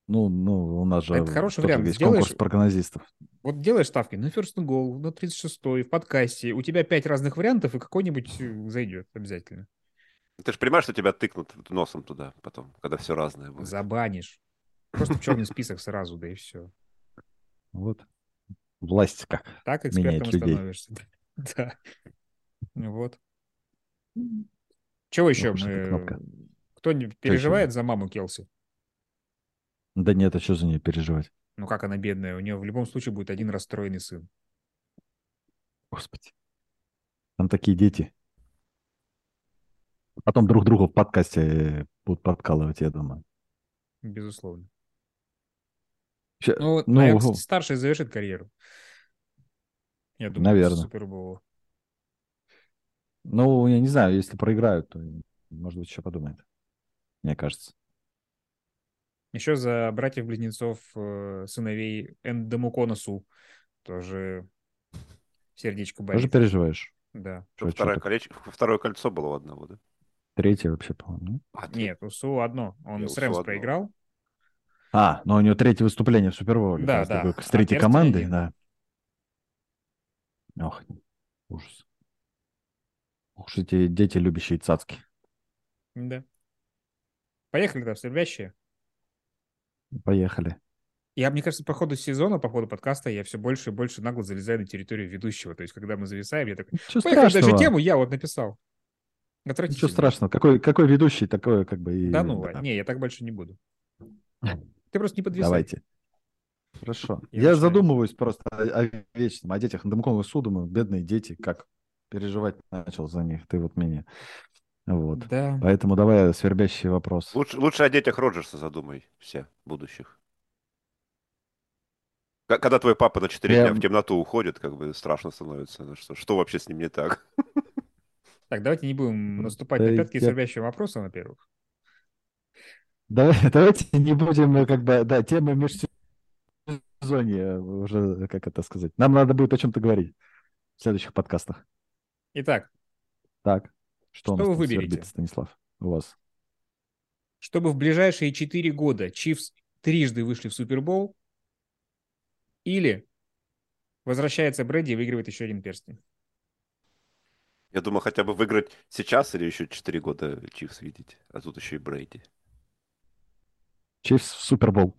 Ну, ну, у нас же
Это хороший
тоже
вариант.
есть
Сделаешь-
конкурс прогнозистов.
Вот делаешь ставки на First and Goal, на 36-й, в подкасте. У тебя пять разных вариантов, и какой-нибудь э, зайдет обязательно.
Ты же понимаешь, что тебя тыкнут носом туда потом, когда все разное будет.
Забанишь. Просто в черный список сразу, да и все.
Вот. Власть как.
Так
Меняет
экспертом и
людей.
становишься. Да. Ну Вот. Чего еще
Ох уж эта Ну, кнопка.
мы... Кто-нибудь переживает за маму Келси?
Да нет, а что за нее переживать?
Ну как она бедная? У нее в любом случае будет один расстроенный сын.
Господи. Там такие дети. Потом друг друга в подкасте э, будут подкалывать, я думаю.
Безусловно.
Ща-
Ну, вот,
ну,
наверное,
ого.
кстати, старший завершит карьеру. Я думаю,
Наверно.
после Супербола.
Ну, я не знаю, если проиграют, то, может быть, еще подумает. Мне кажется.
Еще за братьев-близнецов, э, сыновей Эндемукона Су. Тоже сердечко
Тоже
болит.
переживаешь?
Да.
Чтоб
Чё, чё
второе,
так?
колечко- второе кольцо было у одного, да?
Третье вообще, по-моему.
А, ты-
Нет, у Су одно. Он
Я
с
у Су
Рэмс
одно.
проиграл.
А, но у него третье выступление в Суперболе.
Да,
раз
да.
такой,
А
С третьей
Эрнст
командой,
один.
да. Ох, ужас. Уж эти дети, любящие цацки.
Да. Поехали там, следующее.
Поехали.
Я, мне кажется, по ходу сезона, по ходу подкаста я все больше и больше нагло залезаю на территорию ведущего. То есть, когда мы зависаем, я такой,
Ничего
поехали, даже
страшного.
тему я вот написал.
Ничего
Отвратительно.
страшного. Какой, какой ведущий такое, как бы... и-
Да ну,
да.
Вань, не, я так больше не буду. Ты просто не подвисай.
Давайте. Хорошо. Я,
Я начинаю.
задумываюсь просто о, о вечном, о детях Домкова суду, думаю, бедные дети, как переживать начал за них, ты вот меня. Вот.
Да.
Поэтому давай свербящий вопрос.
Лучше, лучше о детях Роджерса задумай все будущих. К- Когда твой папа на 4
Я-
дня в темноту уходит, как бы страшно становится. Ну что, что вообще с ним не так?
Так, давайте не будем наступать
Да
на
и
пятки
я-
свербящим вопросом, во-первых.
Давай, давайте не будем, э, как бы, да, тема межсезонья уже, э, как это сказать. Нам надо будет о чем-то говорить в следующих подкастах.
Итак,
Так, что, у
Что
нас
вы
там
выберете?
свербит, Станислав, у вас?
чтобы в ближайшие 4 года Чивс трижды вышли в Супербол или возвращается Брэди и выигрывает еще один перстень.
Я думал хотя бы выиграть сейчас или еще 4 года Чивс видеть. А тут еще и Брейди.
Чивс в Супербол.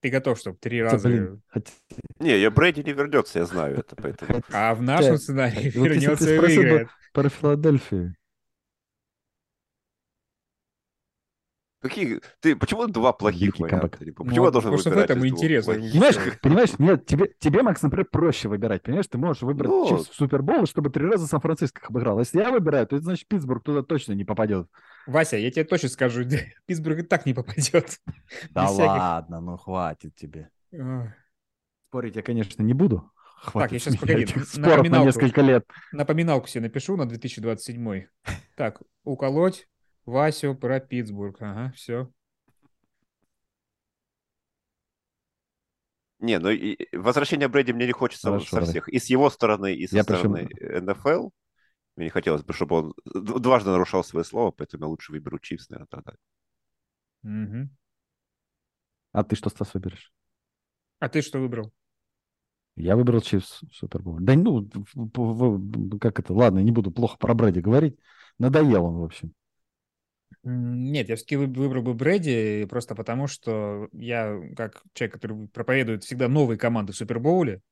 Ты готов, чтобы три раза...
блин, хоть-
Не, я Брейди не вернется, я знаю это, поэтому...
А в нашем
Да.
сценарии
Вот если
вернется
Ну, ты
и
спросил бы-
выиграет.
Про Филадельфию.
Какие... Ты... Почему два плохих
Великий
варианта?
камбэк.
Либо
Ну,
Почему я
вот
должен
потому что в
выбирать
этом
из двух
интерес.
плохих?
Понимаешь, понимаешь, нет, тебе, тебе, Макс, например, проще выбирать. Понимаешь, ты можешь выбрать
Ну.
Чивс в Супербол, чтобы три раза Сан-Франциско их обыграл. А Если я выбираю, то это значит Питтсбург туда точно не попадет.
Вася, я тебе точно скажу, Питтсбург и так не попадет.
Да
всяких.
ладно, ну хватит тебе.
Ах.
Спорить я, конечно, не буду. Хватит
я щас,
с меня
погоди,
этих
на-
споров на
напоминалку.
несколько лет.
Напоминалку себе напишу на 2027. Так, уколоть Васю про Питтсбург. Ага, все.
Не, ну и- и возвращение Брэди мне не хочется
Хорошо,
со
давай.
всех. И с его стороны, и со
Я причем-
стороны НФЛ. Мне не хотелось бы, чтобы он д- дважды нарушал свое слово, поэтому я лучше выберу Чипс, наверное, тогда.
А ты что, Стас, выберешь?
А ты что выбрал?
Я выбрал Чивс в Супербол. Да ну, в- в- в- как это, ладно, не буду плохо про Брэди говорить. Надоел он, в общем.
М, Нет, я все-таки выбрал бы Брэди, просто потому что я, как человек, который проповедует всегда новые команды в Супербоуле,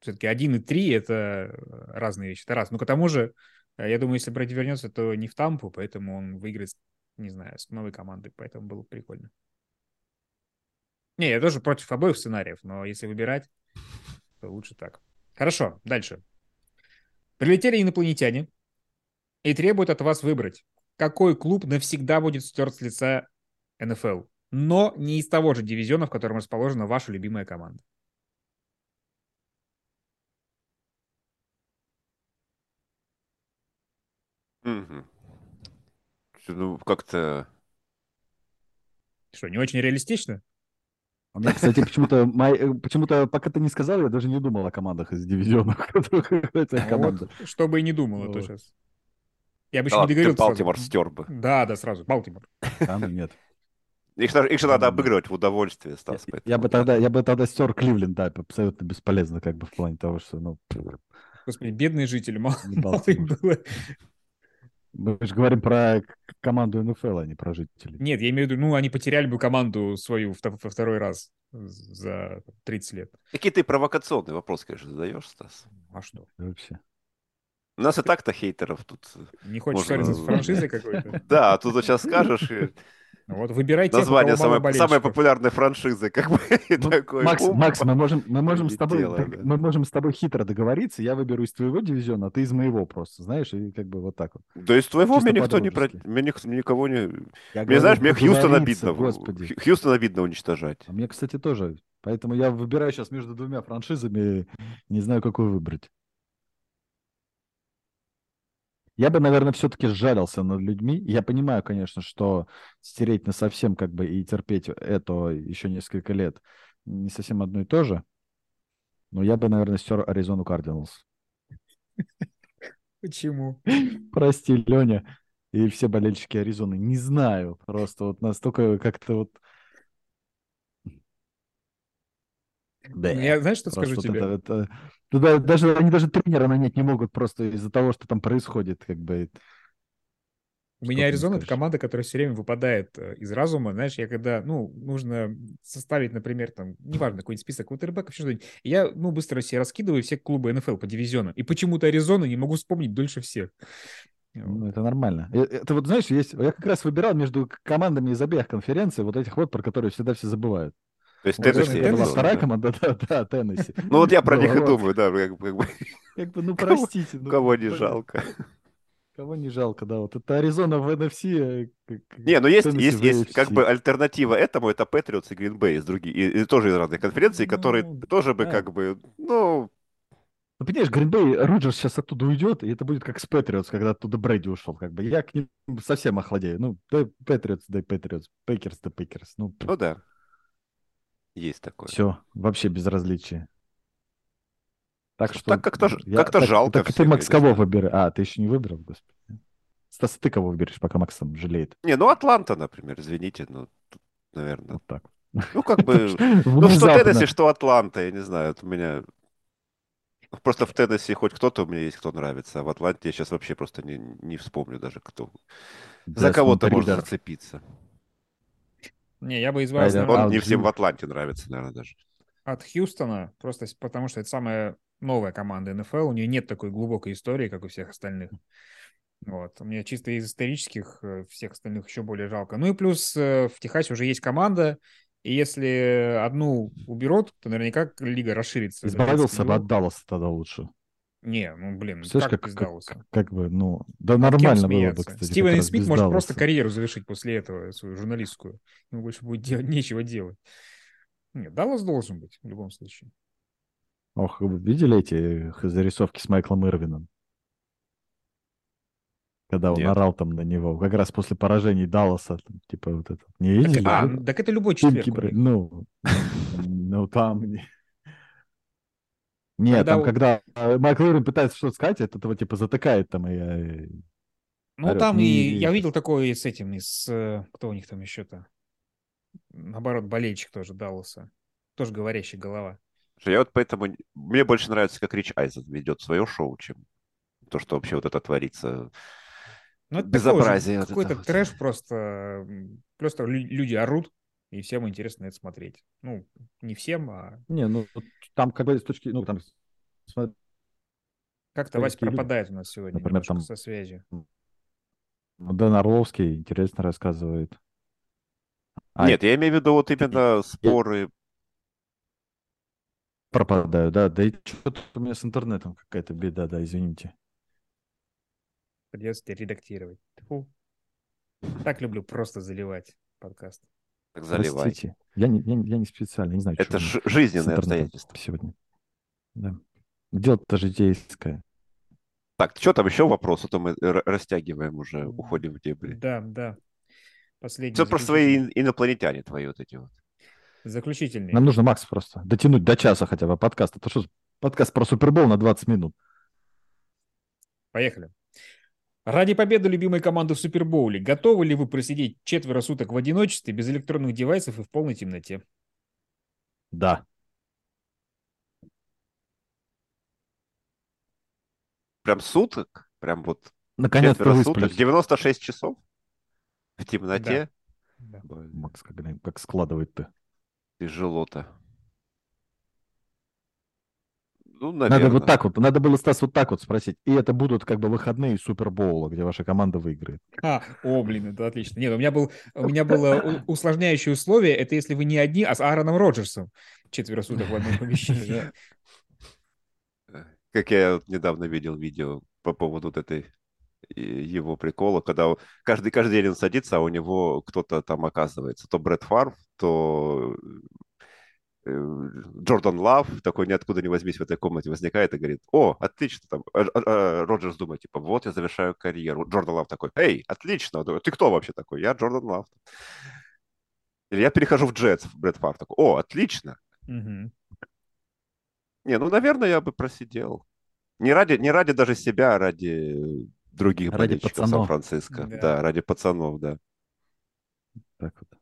все-таки 1 и 3 — это разные вещи, это раз. Ну, к тому же, э, я думаю, если Брэди вернется, то не в Тампу, поэтому он выиграет, не знаю, с новой командой, поэтому было бы прикольно. Не, я тоже против обоих сценариев, но если выбирать, то лучше так. Хорошо, дальше. Прилетели инопланетяне и требуют от вас выбрать, какой клуб навсегда будет стерт с лица НФЛ, но не из того же дивизиона, в котором расположена ваша любимая команда.
Мгм. Чё, Ну, как-то...
Что, не очень реалистично?
У меня, кстати, почему-то, мои- э, почему-то, пока ты не сказал, я даже не думал о командах из дивизионов. Кто это команда? Ну
Вот, что бы и не думал, а то
Вот.
сейчас. Я бы
Да
еще не
ладно, А, ты
договорил.
Балтимор стер бы.
Да, да, сразу. Балтимор.
А, ну, нет.
Их, даже- их же надо
Ладно.
обыгрывать в удовольствие, Стас.
Я- Я
поэтому
бы
да.
тогда, я бы тогда стер Кливленд, да, абсолютно бесполезно, как бы в плане того, что, ну,
Господи, бедные жители, мало,
не
мало им
Балтимор.
было.
Мы же говорим про к- команду НФЛ, а не про жителей.
Нет, я имею в виду, ну, они потеряли бы команду свою вто- во второй раз за 30 лет.
Какие ты провокационные вопросы, конечно, задаешь, Стас.
А что?
Вообще.
У нас и так-то хейтеров тут.
Не хочешь
Можно-
ссориться с франшизой какой-то?
Да, а тут вот сейчас скажешь, и
Ну Вот, выбирай тех, у кого
название
мало
самой, самой
болельщиков.
популярной франшизы, как бы, и
Ну,
такой.
Макс,
«Опа».
Макс, мы можем, мы можем с тобой,
прилетело,
дог-
да.
мы можем с тобой хитро договориться. Я выберу из твоего дивизиона, а ты из моего просто, знаешь, и как бы вот так вот.
Да из твоего
Чисто
мне никто не про...
по-дружески.
Мне ник- никого не...
Я
Мне,
говорю,
знаешь, мне Хьюстон
договориться,
обидно.
Господи.
Хью- Хьюстон обидно уничтожать.
А мне, кстати, тоже. Поэтому я выбираю сейчас между двумя франшизами, не знаю, какую выбрать. Я бы, наверное, все-таки сжалился над людьми. Я понимаю, конечно, что стереть на совсем как бы и терпеть это еще несколько лет не совсем одно и то же. Но я бы, наверное, стер Аризону Кардиналс.
Почему?
Прости, Леня. И все болельщики Аризоны. Не знаю. Просто вот настолько как-то вот... Да.
Ну, Я знаешь, что
Просто
скажу
вот
тебе?
это- это- ну, да, даже, они даже тренера нанять не могут просто из-за того, что там происходит, как бы.
У
Что
меня
ты
Аризона — это
скажешь?
команда, которая все время выпадает э, из разума. Знаешь, я когда, ну, нужно составить, например, там, неважно, какой-нибудь список квотербеков, еще что-нибудь, я, ну, быстро себе раскидываю все клубы НФЛ по дивизионам. И почему-то Аризона не могу вспомнить дольше всех.
Ну,
Вот.
это нормально. Э, Это вот, знаешь, есть... Я как раз выбирал между к- командами из обеих конференций вот этих вот, про которые всегда все забывают.
То есть
Вот
Вот
Теннесси,
Ну, это
Теннесси.
была
я Теннесси,
Аризона,
вторая
да.
команда, да, да, Теннесси.
Ну вот я про них и
Было, вот.
думаю, да, как бы- как бы,
Как бы, ну,
Кого-
простите. ну,
кого не
блин,
жалко.
Кого не жалко, да. Вот это Аризона в NFC. э, как-
Не, ну есть,
Теннесси
есть,
в
есть как
AFC.
бы альтернатива этому, это Патриотс и Гринбей из других, и, и тоже из разных конференций, которые
Ну,
тоже бы
да.
как бы, ну,
Ну, понимаешь, Гринбей, Роджерс сейчас оттуда уйдет, и это будет как с Патриотс, когда оттуда Брэди ушел. Как бы я к ним совсем охладею. Ну, да Патриотс, да Патриотс, Пекерс, да Пекерс. Ну,
ну да, есть такое.
все, вообще безразличие. Так
Ну,
что...
так как-то ж-
я-
как-то
так-
жалко
Так ты,
всех,
Макс,
я не
кого
знаю.
выбираешь? А, ты еще не выбрал, господи. Стас, а ты кого выберешь, пока Макс там жалеет?
Не, ну Атланта, например, извините, ну, тут, наверное,
Вот так.
ну как бы, ну что
Внезапно.
Теннесси, что Атланта, я не знаю, это у меня Просто в Теннессе хоть кто-то у меня есть, кто нравится, а в Атланте я сейчас вообще просто не, не вспомню даже, кто. За
Джастин
кого-то можно
Тридер.
зацепиться.
Не, я бы избавился
Райдер.
Он
наверное,
А,
не
Джим-
всем в Атланте нравится, наверное, даже.
от Хьюстона, просто с- потому что это самая новая команда НФЛ, у нее нет такой глубокой истории, как у всех остальных. Вот. Мне чисто из исторических э, всех остальных еще более жалко. Ну и плюс э, в Техасе уже есть команда, и если одну уберут, то наверняка лига расширится. за
Избавился
Ну,
бы
30
от Далласа тогда лучше.
миллионов. Не, ну блин,
Слышь,
как,
как,
из
как,
Далласа?
как- как бы, ну, да
Над кем
нормально было бы,
смеяться?
кстати.
Стивен
как
Э.
раз
Смит
без
может
Далласа.
просто карьеру завершить после этого, свою журналистскую. Ему больше будет делать нечего делать. Нет, Даллас должен быть в любом случае.
Ох, вы видели эти х- зарисовки с Майклом Ирвином? Когда он
Нет.
орал там на него, как раз после поражений Далласа, там, типа вот это. Не
Так,
видели?
а,
да?
ну, так это любой четверг.
Снимки,
у
бля,
них.
ну, ну там... не- Нет,
Когда
там
у-
когда э, Майкл Ирвин пытается что-то сказать, это этого типа затыкает там и... э,
Ну,
орёт.
там и
Не-
я видел такое и с этим, и с... э, Кто у них там еще-то? Наоборот, болельщик тоже Далласа. Тоже говорящая голова.
Слушай, Я вот поэтому... н- Мне больше нравится, как Рич Айзен ведет свое шоу, чем то, что вообще вот это творится.
Ну, это
Безобразие
такое же,
вот это
Какой-то
вот.
трэш просто... м, Просто лю- люди орут, и всем интересно это смотреть. Ну, не всем, а
Не, ну вот там как бы с точки... Ну, там... смотри,
как-то
Такие
Вась
люди.
пропадает у нас сегодня
Например,
немножко
там-
со связью.
ну, Дэн Орловский интересно рассказывает. А,
Нет, я имею в виду вот именно споры.
пропадаю, да. Да и что-то у меня с интернетом какая-то беда, да, извините.
Придется тебе редактировать. Тьфу. Так люблю просто заливать подкаст.
Так заливай.
Простите. Я не, я, не- я не специально, не знаю, чё
Это
у меня
ж-
с
жизненные
интернетом
обстоятельства.
сегодня. Да. Дело-то житейское.
Так, что там еще вопрос? А то мы р- растягиваем уже, уходим в дебри.
Да, да. Последний.
Все про свои ин- инопланетяне твои вот эти вот.
Заключительный.
Нам нужно, Макс, просто дотянуть до часа хотя бы подкаста. Это что, за подкаст про Супербол на 20 минут?
Поехали. Ради победы любимой команды в Супербоуле готовы ли вы просидеть четверо суток в одиночестве без электронных девайсов и в полной темноте?
Да.
Прям суток? Прям вот
Наконец-то
четверо суток?
высплюсь.
96 часов? В темноте?
Да.
Блин,
Макс, как, блин, как складывает ты.
Тяжело-то. Ну,
Надо
наверное.
вот так вот, надо было, Стас, вот так вот спросить. И это будут как бы выходные Супербоула, где ваша команда выиграет.
А, о, блин, это отлично. Нет, у меня, был, у меня было у- усложняющее условие, это если вы не одни, а с Аароном Роджерсом четверо суток в одном помещении.
Как я вот недавно видел видео по поводу вот этой э, его прикола, когда у- каждый, каждый день он садится, а у него кто-то там оказывается. То Брэд Фарф, то э, Джордан Лав, такой ниоткуда не возьмись в этой комнате, возникает и говорит, о, отлично, там, э, э, э, Роджерс думает, типа, вот я завершаю карьеру. Джордан Лав такой, эй, отлично, Он такой, ты кто вообще такой? Я Джордан Лав. Или я перехожу в джетс, Брэд Фарф такой, о, отлично.
Мгм.
Не, ну, наверное, я бы просидел. Не ради, не ради даже себя, а ради других
Ради
болельщиков
пацанов.
Сан-Франциско.
Да.
Да. ради пацанов, да.
Так вот.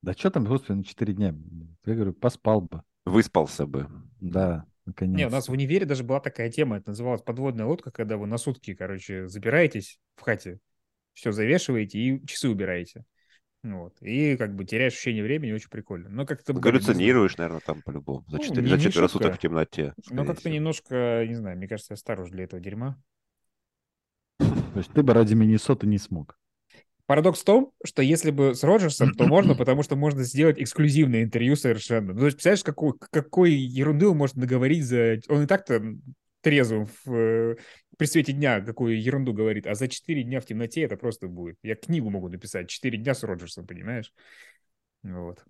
Да что там, господи, на 4 дня? Я говорю, поспал бы.
Выспался бы.
Да, наконец.
Не, у нас в универе даже была такая тема, это называлась подводная лодка, когда вы на сутки, короче, запираетесь в хате, все завешиваете и часы убираете. Вот. И как бы теряешь ощущение времени, очень прикольно. Но как-то...
Ну,
блин, не знаю.
Галлюцинируешь, наверное, там по-любому. За
Ну,
четыре
не-
за
не
четверо
шибко.
суток в темноте.
Ну,
скорее
как-то
всего.
немножко, не знаю, мне кажется, я стар уж для этого дерьма.
То есть ты бы ради Миннесоты не смог.
Парадокс в том, что если бы с Роджерсом, то можно, потому что можно сделать эксклюзивное интервью совершенно. Ну, то есть, представляешь, какой, какой ерунды он может наговорить за... Он и так-то трезвым в, э, при свете дня какую ерунду говорит, а за 4 дня в темноте это просто будет. Я книгу могу написать 4 дня с Роджерсом, понимаешь? Вот.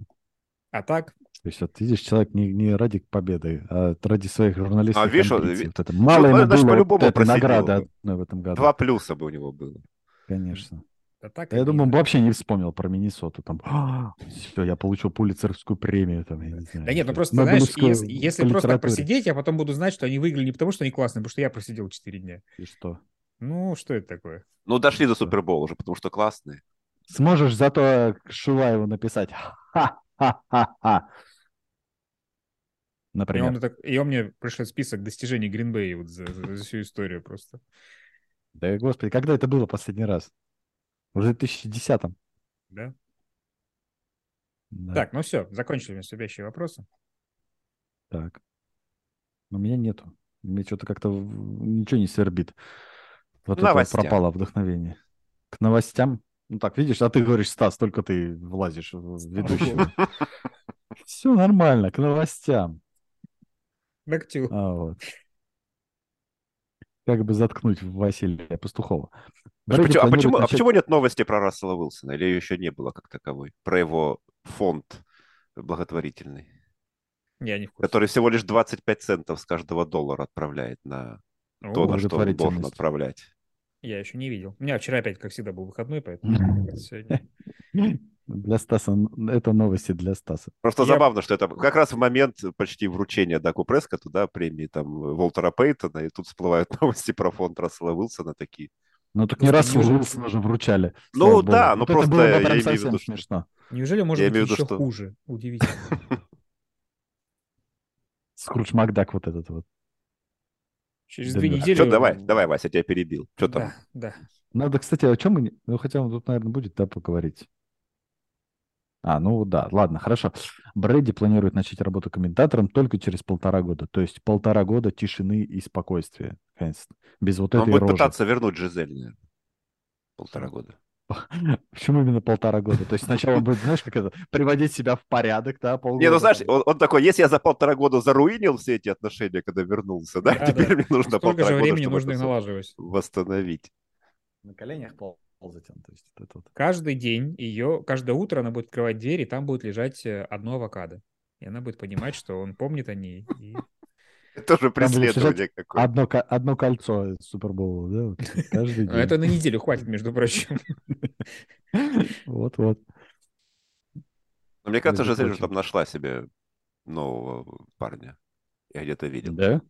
А так,
То есть, вот видишь, человек не, не ради победы, а ради своих журналистов.
А, видишь, он- ви-
вот это. Мало ему
он
было
же
вот
по-любому
этой
просидел
награды
бы.
одной в этом году.
Два плюса бы у него было.
Конечно.
а так
Да я
это
думаю, он
не-
вообще не вспомнил про Миннесоту. Там, все, я получил пулицерскую премию. Там, я не знаю,
Да нет, ну
или
просто, знаешь,
Нобелевскую
если, если
по
просто так
литературе.
просидеть, я потом буду знать, что они выиграли не потому, что они классные, а потому что я просидел 4 дня.
И что?
Ну, что это такое?
Ну, дошли до Супербола уже, потому что классные.
Сможешь зато к Шуваеву написать. Ха-ха-ха-ха.
И он,
например.
так- и он мне пришел список достижений Гринбея вот за, за- за всю историю просто.
Да, господи, когда это было последний раз? Уже в 2010-м.
Да?
Да,
Так, ну все, закончили наступящие вопросы.
Так. У меня нету. Мне что-то как-то в- ничего не свербит. Вот это вот
Новостям.
пропало вдохновение. К новостям. Ну так, видишь, а ты говоришь, Стас, только ты влазишь в ведущего. Все нормально, к новостям.
Ногтю.
А, вот. Как бы заткнуть Василия Пастухова. Брейди
Почему- а,
планирует
почему, а
начать-
почему нет новости про Рассела Уилсона? Или ее еще не было как таковой? Про его фонд благотворительный,
Я не в курсе.
который всего лишь 25 центов с каждого доллара отправляет на
Ну,
то, на что он должен
благотворительность.
отправлять.
Я еще не видел. У меня вчера опять, как всегда, был выходной, поэтому это сегодня...
а
Для Стаса, н- это новости для Стаса.
Просто
Я-
забавно, что это как раз в момент почти вручения Даку Прескоту, да, премии там Волтера Пейтона, и тут всплывают новости про фонд Рассела Уилсона такие.
Ну так не раз
Господи, неужели-
Уилсона же вручали.
Ну
слава богу.
да, ну
Вот это
просто
было бы
я
прям
имею в виду,
совсем
что-
смешно.
Неужели может
Я
быть
имею в виду,
еще
что-
хуже? Удивительно.
Скрудж Макдак вот этот вот.
Через
Да
две
да.
недели...
а Чё, давай, давай, Вася, я тебя перебил. Что там? Ну,
Да, да.
Надо, кстати, о чем мы... не- Ну, хотя он тут, наверное, будет, да, поговорить. А, ну да, ладно, хорошо. Брэди планирует начать работу комментатором только через полтора года. То есть полтора года тишины и спокойствия. Хэнс. Без вот
Он
этой
будет
рожи.
пытаться вернуть Жизель, наверное. Полтора года.
Почему именно полтора года? То есть сначала он будет, знаешь, как это, приводить себя в порядок, да, полгода.
Не, ну знаешь,
там.
он, он такой, если я за полтора года заруинил все эти отношения, когда вернулся, да,
Да,
теперь
да.
мне нужно
Сколько же
полтора года,
времени
чтобы
нужно
это
их
всё
налаживать?
восстановить.
На коленях пол- ползать он, то есть вот это вот.
Каждый день ее, каждое утро она будет открывать дверь, и там будет лежать э, одно авокадо. И она будет понимать, что он помнит о ней. и-
Это же
будет лежать
преследование какое-то.
Одно, ка- одно кольцо Супербоула, да? вот это Каждый
А Это
день.
на неделю хватит, между прочим.
Вот-вот.
Но мне кажется,
между
Жизель уже
прочим.
там нашла себе нового парня. Я где-то видел.
Да?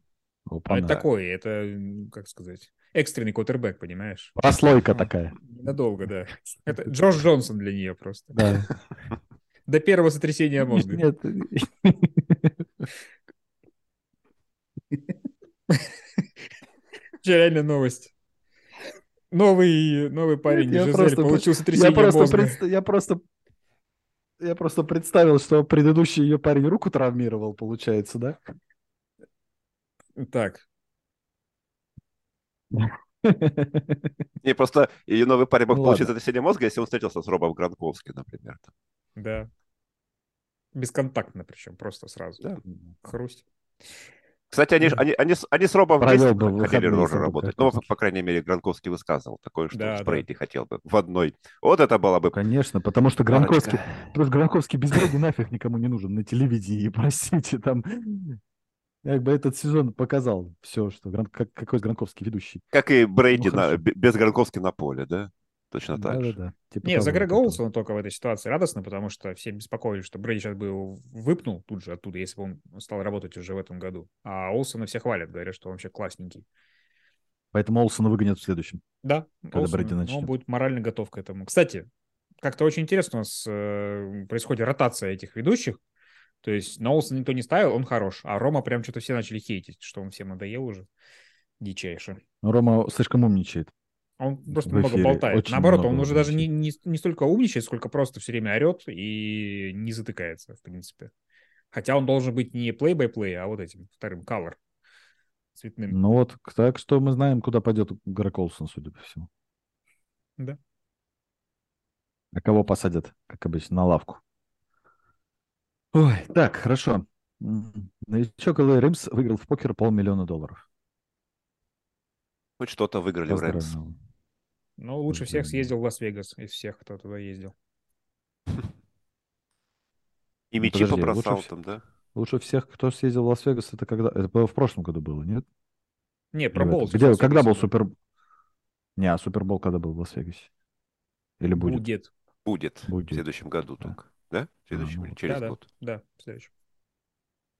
Ну,
Опа-на.
Это такое, это, м, как сказать, экстренный квотербек, понимаешь?
Прослойка
Ну,
такая.
Ненадолго, да. Это Джордж Джонсон для нее просто.
Да.
До первого сотрясения мозга.
Нет.
Че, реально новость. Новый, новый парень
я
из Жизель
просто-
получил
Я
сотрясение
просто,
мозга.
предста- я просто я просто представил, что предыдущий ее парень руку травмировал, получается, да?
Так,
Не, просто ее новый парень мог
Ну,
получить
ладно.
сотрясение мозга, если он встретился с Робом Гранковским, например. там.
да. Бесконтактно причем, просто сразу.
Да.
Хрусть.
Кстати, они, ж-
Мгм.
они, они, с- они с Робом
Провел
вместе
бы
хотели
выходные с
рожи
Робом
работать. Ну,
Гранковским.
по, по крайней мере, Гранковский высказывал такое, что
Да,
он с
да.
Брейди хотел бы в одной. Вот это было бы
Конечно, потому что
парочка.
Гранковский, потому что Гранковский без Брэди нафиг никому не нужен на телевидении, простите, там как бы этот сезон показал все, что Гран- как- какой Гранковский ведущий.
Как и Брейди
Ну,
на-
хорошо.
бе- без Гранковски на поле, да? Точно Ну, так же.
Да-да-да. Типа
Не,
того,
за Грега
вот этого.
Олсона только в этой ситуации радостно, потому что все беспокоились, что Брэди сейчас бы его выпнул тут же оттуда, если бы он стал работать уже в этом году. А Олсона все хвалят, говорят, что он вообще классненький.
Поэтому Олсона выгонят в следующем.
Да,
Когда
Олсен,
Брэди
ну,
начнет.
он будет морально готов к этому. Кстати, как-то очень интересно у нас э, происходит ротация этих ведущих. То есть на Олсона никто не ставил, он хорош. А Рома прям что-то все начали хейтить, что он всем надоел уже. Дичайше.
Но Рома слишком умничает.
Он просто
В
много
эфире
болтает.
очень
Наоборот, он
много
уже даже не, не, не столько умничает, сколько просто все время орет и не затыкается, в принципе. Хотя он должен быть не play-by-play, а вот этим вторым color. Цветным.
Ну вот, к- так что мы знаем, куда пойдет Грег Олсон, судя по всему.
Да.
А кого посадят, как обычно, на лавку? Ой, так, хорошо. М, Новичок Элэй Римс выиграл в покер полмиллиона долларов.
Хоть что-то выиграли в Рэмс.
Поздравляю.
Но лучше всех
Блин.
съездил в Лас-Вегас из всех, кто туда ездил.
И
Ну,
мячи
подожди, лучше
побросал
вс-
там, да?
Лучше всех, кто съездил в Лас-Вегас, это когда... Это было в прошлом году было, нет?
Не,
Или
про
в этом?
Боул.
Где, когда был Супер... Не, а Супербол когда был в Лас-Вегасе? Или будет?
Будет.
Будет. В
Будет.
следующем году
Да.
только. Да? В следующем
ну
или
вот.
через
Да-да.
год.
Да, в следующем.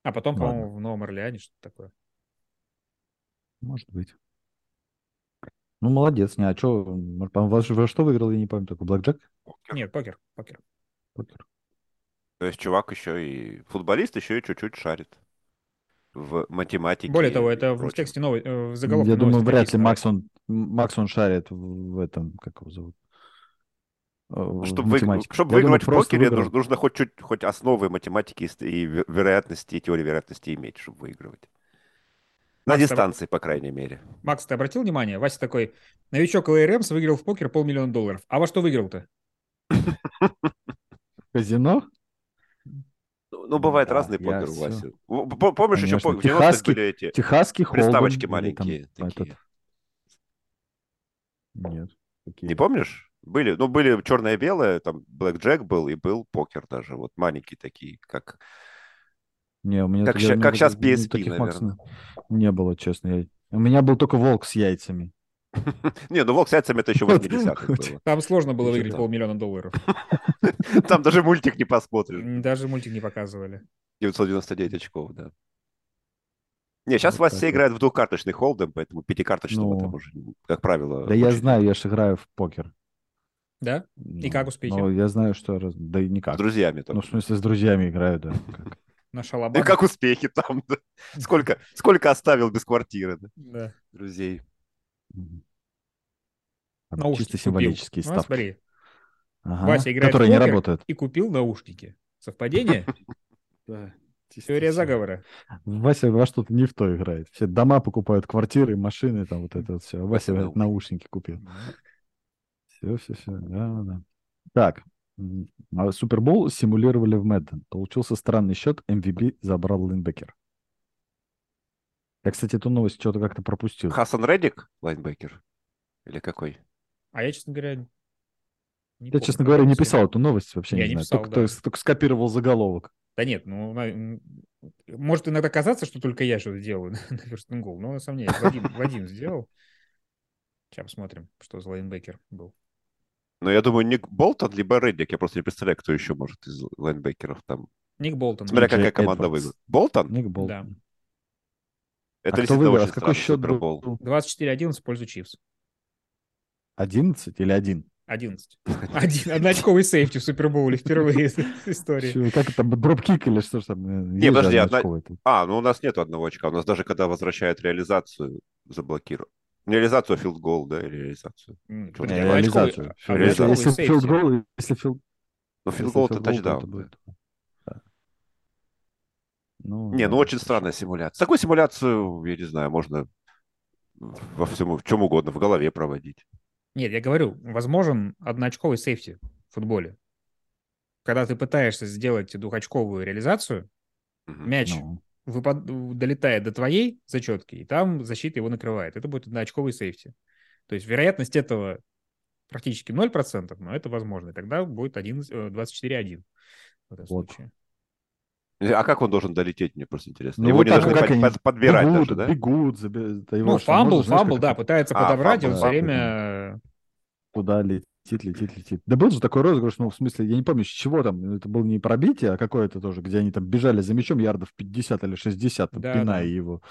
А потом,
Ладно.
по-моему, в Новом Орлеане что-то такое.
Может быть. Ну, молодец. Не, а что, во, во что выиграл, я не помню, такой блэкджек?
Покер.
Нет, покер, покер.
Покер.
То есть чувак еще и футболист, еще и чуть-чуть шарит. в математике.
Более того,
и
это в
прочем.
тексте новой, э, в заголовке
Я думаю,
новости
вряд ли
написано.
Макс он, Макс он шарит в в этом, как его зовут? Э,
Ну, Чтобы, вы- чтобы выигрывать в покере, нужно, нужно хоть чуть хоть основы математики и ст- и ве- вероятности, и теории вероятности иметь, чтобы выигрывать. На
Макс, там-
дистанции, по крайней мере.
Макс, ты обратил внимание? Вася такой, новичок ЛРМС выиграл в покер полмиллиона долларов. А во что выиграл-то?
Казино?
Ну, ну, бывает
Да,
разные
я
покер у
всё.
Васи. П- п- Помнишь, еще
Конечно,
по- в 90-х
техасский-
были эти
Техасский холдем.
приставочки
или там
маленькие.
этот-
такие.
Нет.
Не Типа
такие.
помнишь? Были, ну, были черное-белое, там Блэк Джек был и был покер даже, вот маленькие такие, как...
Не, у меня
Как
я-
ща-
у меня
как щас
таких- ну,
PSP,
таких Макс
наверное.
не- не было, честно. я- У меня был только волк с яйцами.
Не, ну Волк с яйцами это еще
Вот,
80-х
хоть.
было.
Там сложно было
Ничего
выиграть
там.
полмиллиона долларов.
Там даже мультик не посмотришь.
М, Даже мультик не показывали.
999 очков, да. Не, сейчас
Вот
вас
так
все
вот.
играют в двухкарточный холдем, поэтому пятикарточного
Ну.
там уже, как правило...
Да я
очень-
знаю, я же играю в покер.
Да?
И
как успехи?
Ну, я знаю, что... раз- Да и
С
никак.
друзьями
Ну,
только.
в смысле, с друзьями играю, да. как.
На
Ну,
шалабан.
и как успехи там, да. Сколько, сколько оставил без квартиры, да,
Да.
друзей.
Мгм. Там
Наушники
Чисто
купил.
символические
Ну,
ставки.
смотри,
Ага,
Вася играет в
которые не
покер.
работают.
и купил наушники. Совпадение? Теория заговора.
Вася во что-то не в то играет. Все дома покупают, квартиры, машины, там вот это вот все. Вася
наушники.
говорит, наушники купил. Все, все, все. Да, да. Так. м, а Супербол симулировали в Мэдден. Получился странный счет. MVP забрал Линбекер. Я, кстати, эту новость что-то как-то пропустил.
Хасан Реддик, лайнбекер? Или какой?
А я, честно говоря, не
Я,
помню,
честно
когда
говоря, не
посмотрел.
писал эту новость вообще.
Я
не
не
знаю.
писал,
только,
да.
только- только скопировал заголовок.
Да нет, ну, на- м, может иногда казаться, что только я что-то делаю на First and Goal, но на самом деле Вадим, Вадим сделал. Сейчас посмотрим, что за лайнбекер был.
Ну, я думаю, Ник Болтон, либо Реддик. Я просто не представляю, кто еще может из лайнбекеров там.
Ник Болтон.
Смотря какая
Джей
команда
Эдвардс.
выиграет. Болтон?
Ник Болтон.
Да.
Это
а кто
действительно
выиграл? А
очень
какой
странный
счет
Супербол.
был?
24-11 в пользу Чивс.
11 или 1?
11. Один, одноочковый сейфти в Супербоуле впервые в истории.
Как это, дропкик или что ж там? э, Не,
подожди, одна- А, ну у нас нет одного очка. У нас даже когда возвращают реализацию, заблокируют. Не реализацию, а филдгол, да, или реализацию.
М,
Чё,
подожди,
не,
одноочковый-
Реализацию.
а-
реализацию.
Э, Если
одноочковый сейфти.
филдгол, если филд...
Ну,
если
филдгол
филдгол,
это
то
тачдаун.
это
да.
будет. Да. Ну,
Не,
да,
ну очень
хорошо.
странная симуляция. Такую симуляцию, я не знаю, можно во всем, в чем угодно, в голове проводить.
Нет, я говорю, возможен одноочковый сейфти в футболе. Когда ты пытаешься сделать двухочковую реализацию,
Мгм.
мяч
Ну,
выпад- долетает до твоей зачетки, и там защита его накрывает. Это будет одноочковый сейфти. То есть вероятность этого практически 0%, но это возможно. И тогда будет 11, э, 24-1 в этом
Вот.
случае.
А как он должен долететь, мне просто интересно.
Ну,
Его
вот
не
так
должны
вот, как
под-
они
под- подбирать
бегут,
даже, да?
бегут, заби- да его
Ну,
же там
фамбл,
можно, знаешь,
фамбл,
как
да,
это,
пытается
А,
подобрать,
фамбл,
он
да,
все время...
Куда летит, летит, летит. Да был же такой розыгрыш, ну, в смысле, я не помню, с чего там, это было не пробитие, а какое-то тоже, где они там бежали за мячом ярдов 50 или 60, там,
Да,
пиная
да.
его.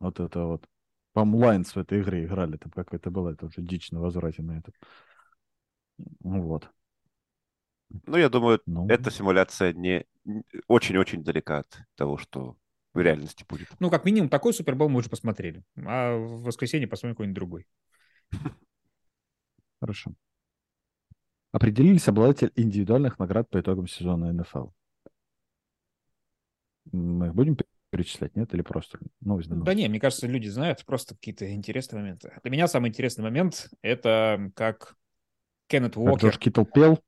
Вот это вот. По-моему, Lions в этой игре играли, там какая-то была, это уже дичь на возврате на это. Ну, Вот.
Ну, я думаю,
Ну,
эта симуляция не н- очень-очень далека от того, что в реальности будет.
Ну, как минимум, такой Супербол мы уже посмотрели. А в воскресенье посмотрим какой-нибудь другой.
хорошо. Определились обладатель индивидуальных наград по итогам сезона НФЛ. Мы их будем пе- перечислять, нет? Или просто новость? на
Ну,
новость?
Да не, мне кажется, люди знают просто какие-то интересные моменты. Для меня самый интересный момент — это как Кеннет
Как
Уокер...
Джордж Киттл пел,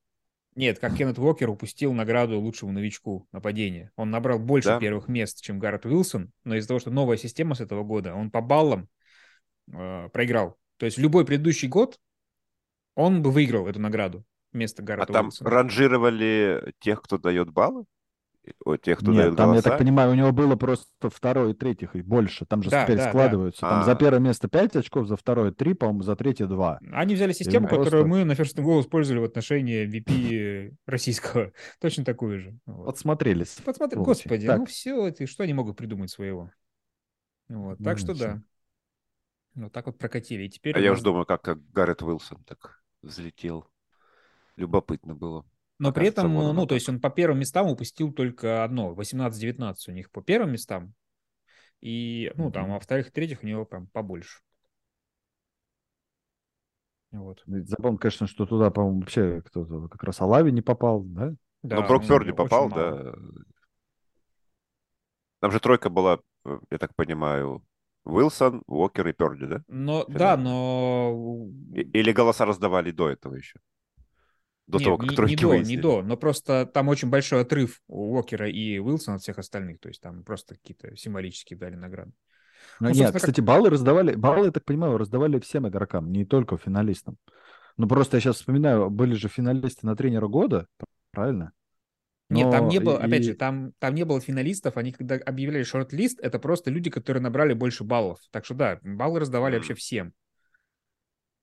Нет, как Кеннет Уокер упустил награду лучшему новичку нападения. Он набрал больше
Да.
первых мест, чем Гаррет Уилсон, но из-за того, что новая система с этого года, он по баллам э, проиграл. То есть в любой предыдущий год он бы выиграл эту награду вместо
А
Гаррета
там
Уилсона.
ранжировали тех, кто дает баллы? О, тех, кто
Нет,
дает
там, я
голоса?
так понимаю, у него было просто второе и третьих и больше. Там же
Да,
теперь
да, да.
складываются. Там за
А.
первое место 5 очков, за второе 3, по-моему, за третье 2.
Они взяли систему,
просто-
которую мы на First and Goal использовали в отношении VP российского. Точно такую же. Вот.
Подсмотрелись.
Посмотри,
Сволочи.
господи,
Так.
ну все, это, что они могут придумать своего? Вот,
Ну,
так что да.
конечно.
Вот так вот прокатили. И теперь...
А
у
я
нас-
уж думаю, как, как Гаррет Уилсон так взлетел. Любопытно было.
Но при
кажется,
этом,
вон
ну,
оно
то есть он по первым местам упустил только одно, 18-19 у них по первым местам, И, ну, там,
Мгм.
а во-вторых, и третьих у него прям побольше. Вот.
Забавно, конечно, что туда, по-моему, вообще кто-то как раз Алави не попал, да?
Но
Да,
Брок
он
Ферди
очень
попал,
мало.
да. Там же тройка была, э, я так понимаю, Уилсон, Уокер и Перди, да?
Но,
Финал.
да, но...
И- Или голоса раздавали до этого еще? До
Нет,
того, как
не,
тройки
не до, не
выяснили?
до, но просто там очень большой отрыв у Уокера и Уилсона от всех остальных, то есть там просто какие-то символические дали награды.
Ну,
Ну, собственно,
нет,
как-
кстати, баллы раздавали, баллы, я так понимаю, раздавали всем игрокам, не только финалистам. Ну, просто я сейчас вспоминаю, были же финалисты на тренера года, правильно?
Нет, там
Но
не было, опять
и-
же, там, там не было финалистов, они когда объявляли шорт-лист, это просто люди, которые набрали больше баллов. Так что да, баллы раздавали
Мгм.
вообще всем.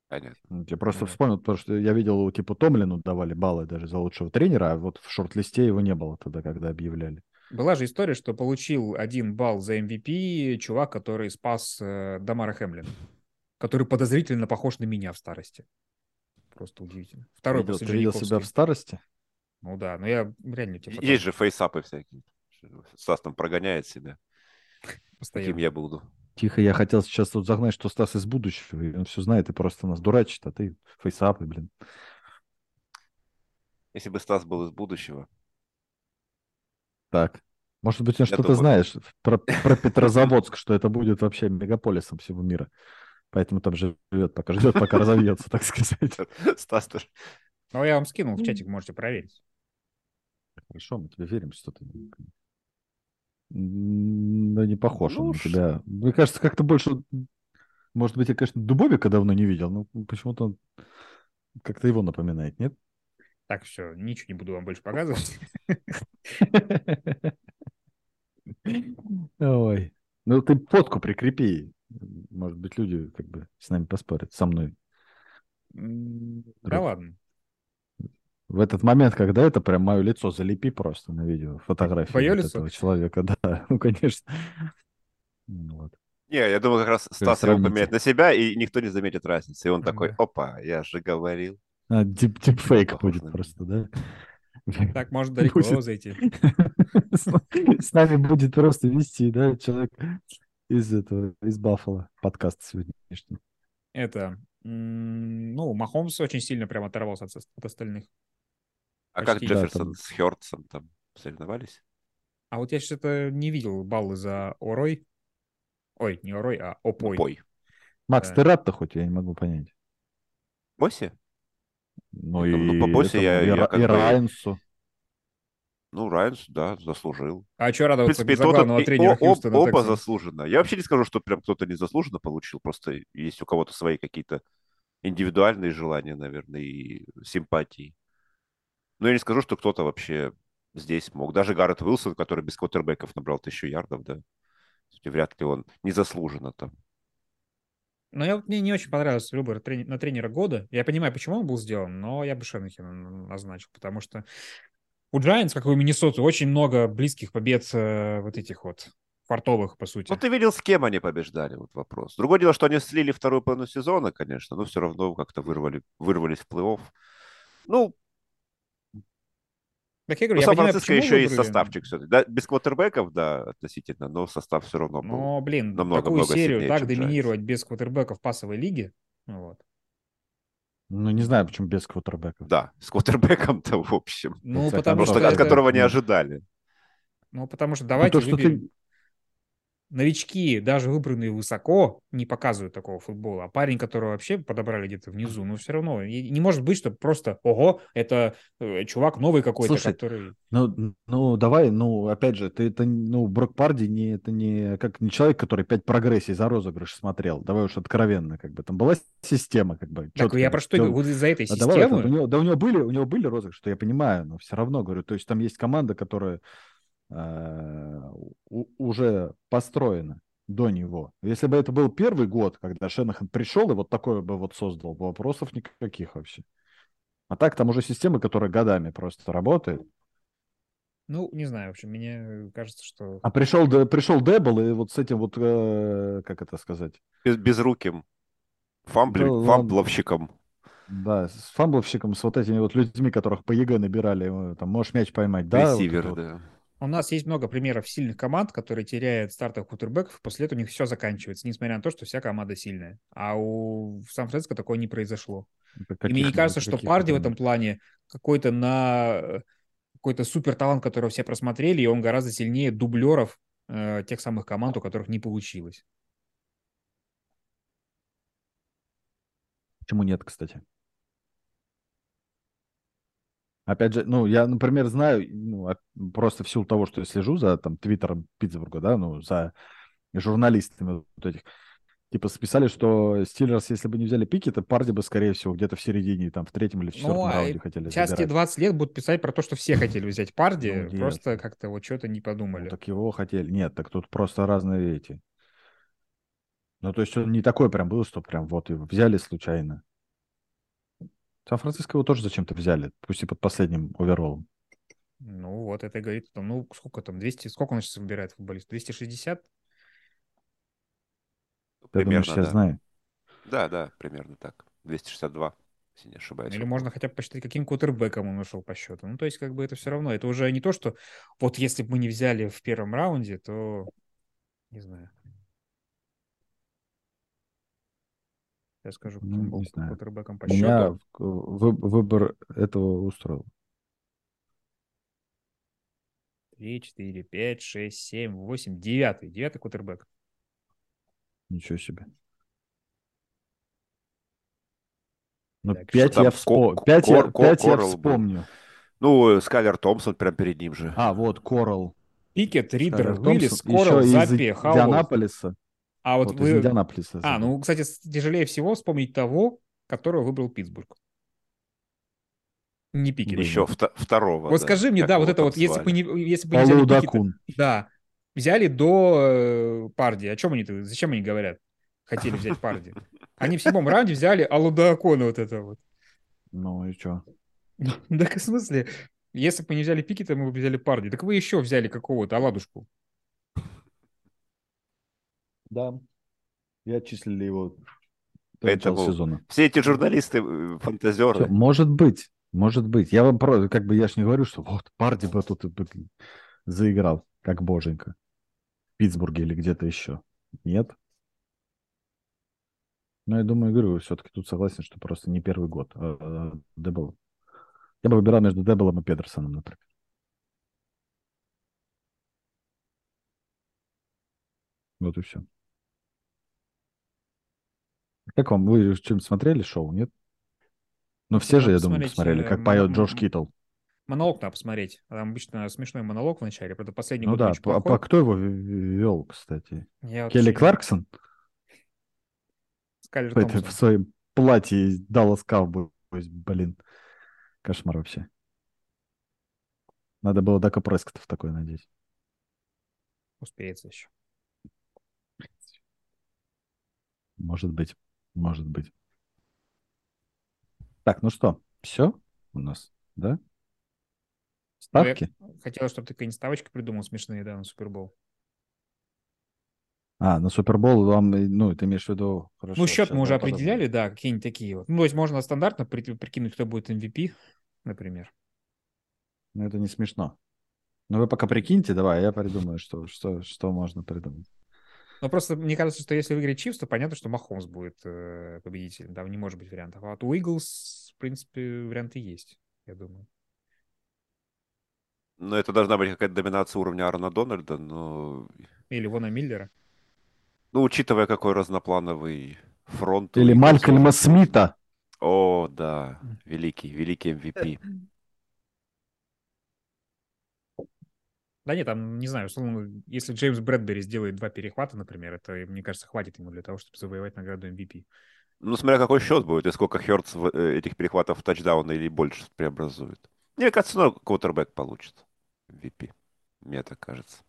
Понятно.
Ну, Я просто
Вот.
вспомнил, потому что я видел, типа, Томлину давали баллы даже за лучшего тренера, а вот в шорт-листе его не было тогда, когда объявляли.
Была же история, что получил один балл за MVP чувак, который спас э, Дамара Хэмлина, который подозрительно похож на меня в старости. Просто удивительно. Второй
видел,
после
ты видел себя в
Джиниковски.
старости?
Ну да, но я реально типа тебя
Есть же фейсапы всякие. Стас там прогоняет себя. Каким
постоянно.
я буду?
Тихо, я хотел сейчас тут загнать, что Стас из будущего, и он все знает и просто нас дурачит, а ты фейсапы, блин.
Если бы Стас был из будущего.
Так. Может быть, он
Я
что-то
думаю.
знаешь про, про Петрозаводск, что это будет вообще мегаполисом всего мира. Поэтому там живет, пока ждет, пока разовьется, так сказать.
Стас тоже.
Но я вам скинул в чатик, можете проверить.
Хорошо, мы тебе верим, что ты... М, Да не похож он
Ну,
на
ш-
тебя. Мне кажется, как-то больше... Может быть, я, конечно, Дубовика давно не видел, но почему-то он как-то его напоминает, нет?
Так, все, ничего не буду вам больше показывать.
Ой. Ну ты фотку прикрепи. Может быть, люди как бы с нами поспорят, со мной.
М, Да ладно.
В этот момент, когда это, прям мое лицо залепи просто на видео, фотографию
Твоё
вот
лицо?
этого человека, да, ну, конечно. Ну, вот.
Не, я думаю, как раз Стас его
сравните.
поменяет на себя, и никто не заметит разницы. И он такой,
Да.
опа, я же говорил.
А, дип- дипфейк
Похож
будет
на
просто, да?
Так, можно далеко
Будет.
зайти.
С с нами будет просто вести, да, человек из этого, из Баффала, подкаст сегодняшний.
Это, м, ну, Махомс очень сильно прям оторвался от, сос- от остальных.
А как
Почти. Да,
Джефферсон
там-
с Хёртсом там соревновались?
А вот я сейчас это не видел баллы за Орой. Ой, не Орой, а Опой.
Бой.
Макс,
Да.
ты рад-то хоть? Я не могу понять.
Боси?
Ну
Нет, там, ну,
и
по Босе
этому,
я-
и
я
Ра-
как
и
бы-
Райансу.
Ну, Райанс, да, заслужил.
А что
В
радоваться
принципе, и
за
тот,
главного
и-
тренера
о- об-
Хьюстона
оба
Тексанс?
заслуженно. Я вообще не скажу, что прям кто-то незаслуженно получил, просто есть у кого-то свои какие-то индивидуальные желания, наверное, и симпатии. Но я не скажу, что кто-то вообще здесь мог. Даже Гаррет Уилсон, который без квотербеков набрал тысячу ярдов, да. Вряд ли он незаслуженно там.
Но я, вот- мне не очень понравился выбор трени- на тренера года. Я понимаю, почему он был сделан, но я бы Шенахена н- назначил, потому что у Giants, как и у Миннесоты, очень много близких побед э, вот этих вот фартовых, по сути.
Ну, ты видел, с кем они побеждали, вот вопрос. Другое дело, что они слили вторую половину сезона, конечно, но все равно как-то вырвали, вырвались в плей-офф. Ну,
Так я говорю,
Ну,
я понимаю,
Сан-Франциско
почему
еще и
выбрали.
составчик все-таки. Да, без квотербеков, да, относительно, но состав все равно был.
Но, Ну, блин,
Ну, намного-
такую
много
серию
сильнее,
так
чем
доминировать без квотербеков пасовой лиги, ну вот.
Ну, не знаю, почему без квотербеков.
Да, с квотербеком-то, в общем.
Ну,
Кстати,
потому
ну,
Просто
что
да,
от
это-
которого не
ну.
ожидали.
Ну, потому что
Ну,
давайте
то, что
выберем-
ты...
Новички, даже выбранные высоко, не показывают такого футбола. А парень, которого вообще подобрали где-то внизу, ну, все равно. и Не может быть, что просто, ого, это э, чувак новый какой-то,
Слушай,
который...
Ну, ну, давай, ну, опять же, ты это, ну, Брок Парди не, это не, как, не человек, который пять прогрессий за розыгрыш смотрел. Давай уж откровенно, как бы. Там была система, как бы.
Так,
чёткая,
я про что и
ну,
тем-
говорю, вот из-за этой
А давай вот
системы...
это, у него, да, у него были, у него были розыгрыши, что я понимаю, но все равно говорю, то есть там есть команда, которая э, у- уже построена до него. Если бы это был первый год, когда Шенахан пришел и вот такое бы вот создал, вопросов никаких вообще. А так там уже система, которая годами просто работает.
Ну, не знаю, в общем, мне кажется, что...
А пришел, Дэ- пришел Дебл и вот с этим вот, э, как это сказать,
Без, безруким. Фамбль,
Ну,
Да ладно.
фамбловщиком.
да, с фамбловщиком, с вот этими вот людьми, которых по ЕГЭ набирали, э, там, можешь мяч поймать, да, вот это
ресивер,
вот.
да.
у нас есть много примеров сильных команд, которые теряют стартовых кутербеков, после этого у них все заканчивается, несмотря на то, что вся команда сильная. А у Сан-Франциско такое не произошло. И мне не кажется, что Парди в этом плане какой-то на какой-то супер талант, которого все просмотрели, и он гораздо сильнее дублеров э, тех самых команд, у которых не получилось.
Почему нет, кстати? Опять же, ну, я, например, знаю, ну, а- просто в силу того, что я слежу за там твиттером Питтсбурга, да, ну, за журналистами вот этих, типа списали, что Стиллерс, если бы не взяли пики, то Парди бы, скорее всего, где-то в середине, там, в третьем или в четвертом
а
раунде хотели
Сейчас тебе
забирать.
20 лет будут писать про то, что все хотели взять Парди,
Ну, нет.
просто как-то вот что-то не
Ну,
подумали.
так его хотели. Нет, так тут просто разные эти. Ну, то есть он не такой прям был, что прям вот его взяли случайно. Сан-Франциско его тоже зачем-то взяли, пусть и под последним оверолом.
Ну вот, это говорит, там, ну сколько там, 200, сколько он сейчас выбирает футболист? 260?
Ты
Примерно,
думаешь, я
да.
знаю?
Да, да, примерно так. 262, если не ошибаюсь.
Или можно хотя бы посчитать, каким кутербеком он ушел по счету. Ну, то есть, как бы это все равно. Это уже не то, что вот если бы мы не взяли в первом раунде, то не знаю. Я скажу,
Ну,
каким
не
был
знаю.
кутербеком по
Меня
счету.
в- вы- выбор этого устроил.
3, 4, 5, 6, 7, 8, 9. Девятый кутербек.
Ничего себе. Ну,
Так,
пять
что
я,
там?
вспо-
Ко-
пять я-
Кор- Кор-
пять я
Коралл был.
вспомню.
Ну, э, Скайлер Томпсон прям перед ним же.
А, вот, Э, Коралл.
Пикет, Ридер,
Скайлер
Уиллис,
Томпсон. Еще
Корл,
из
Заппи,
Иди-
Хауэлл.
Индианаполиса.
А вот
Вот из
вы...
Индианаполиса.
А,
забыл.
ну, кстати, с- тяжелее всего вспомнить того, которого выбрал Питтсбург. Не Пикет.
Еще вто- второго.
Вот
типа, да,
скажи мне,
как
да,
его
вот это
там
вот, если бы
звали.
не, если бы не взяли Пикета,
Полудакун.
да, взяли до э, Парди. О чем они, то зачем они говорят? Хотели взять Парди. Они в седьмом раунде взяли Алудакона вот это вот.
Ну и что?
Так в смысле, если бы мы не взяли Пикета, мы бы взяли Парди. Так вы еще взяли какого-то Аладушку.
Да. И отчислили его до
Это
начала
был-
сезона.
Все эти журналисты, э, фантазеры.
Всё, Может быть, может быть. Я вам про, как бы я ж не говорю, что вот Парди бы тут и бы заиграл, как боженька. В Питтсбурге или где-то еще. Нет? Ну, я думаю, говорю, все-таки тут согласен, что просто не первый год. а, а, Дебл. Я бы выбирал между Дебелом и Педерсоном, например. Вот и все. Как вам? Вы чем смотрели шоу, нет? Ну, все
Да,
же, я думаю,
посмотреть,
посмотрели,
э,
как поет
м-
Джордж
м-
Киттл.
Монолог надо посмотреть. Там обычно смешной монолог вначале, правда, последний
Ну
год
да,
очень
п- а
плохой.
по- кто его вел, кстати?
Я вот
Келли
очень-
Кларксон
Скайлер
в, этой- в
Томпсон.
своем платье из Dallas Cowboys, блин. Кошмар вообще. Надо было Дака Прескота в такой надеть.
Успеется еще.
Может быть, может быть. Так, ну что, все у нас, да? Ставки?
Хотелось, чтобы ты какие-нибудь ставочки придумал смешные, да, на Супербол.
А, на Супербол вам, э, ну, ты имеешь в виду... хорошо,
Ну, счет
щас
мы уже
я подумаю.
определяли, да, какие-нибудь такие вот. Ну, то есть можно стандартно при- прикинуть, кто будет MVP, например.
Ну, это не смешно. Ну, вы пока прикиньте, давай, я придумаю, что, что, что можно придумать.
Но просто мне кажется, что если выиграть Чивс, то понятно, что Махомс будет э, победителем. Там не может быть вариантов. А вот у Иглс, в принципе, варианты есть, я думаю.
Ну, это должна быть какая-то доминация уровня Арна Дональда, но...
Или Вона Миллера.
Ну, учитывая, какой разноплановый фронт... у
Или
Иглс,
Малькольма
он-
Смита.
О, да, великий, великий эм MVP.
Э, Да нет, там, не знаю, условно, если Джеймс Брэдбери сделает два перехвата, например, это, мне кажется, хватит ему для того, чтобы завоевать награду MVP.
Ну, смотря какой счет будет и сколько Хёртс в- э, этих перехватов в тачдауны или больше преобразует. Мне кажется, ну, квотербек получит MVP. Мне так кажется.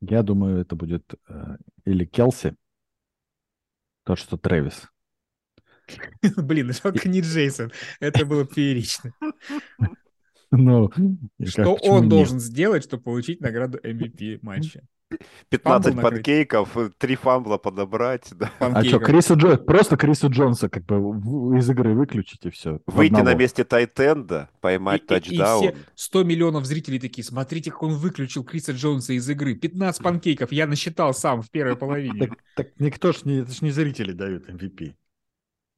Я думаю, это будет э, или Келси, тот, что Трэвис.
Блин, жалко не Джейсон. Это было феерично.
Ну, и как,
Что
почему
он
нет?
должен сделать, чтобы получить награду MVP матча?
15
Фамбл накрыть.
панкейков, э, три фамбла подобрать, да.
А что, Криса Джо... просто Криса Джонса как бы в- из игры выключить и все.
Выйти на месте тайтенда, поймать
И- и- и
тачдаун.
все 100 миллионов зрителей такие, смотрите, как он выключил Криса Джонса из игры. 15 панкейков я насчитал сам в первой половине.
Так, так никто ж не, это ж не зрители дают MVP.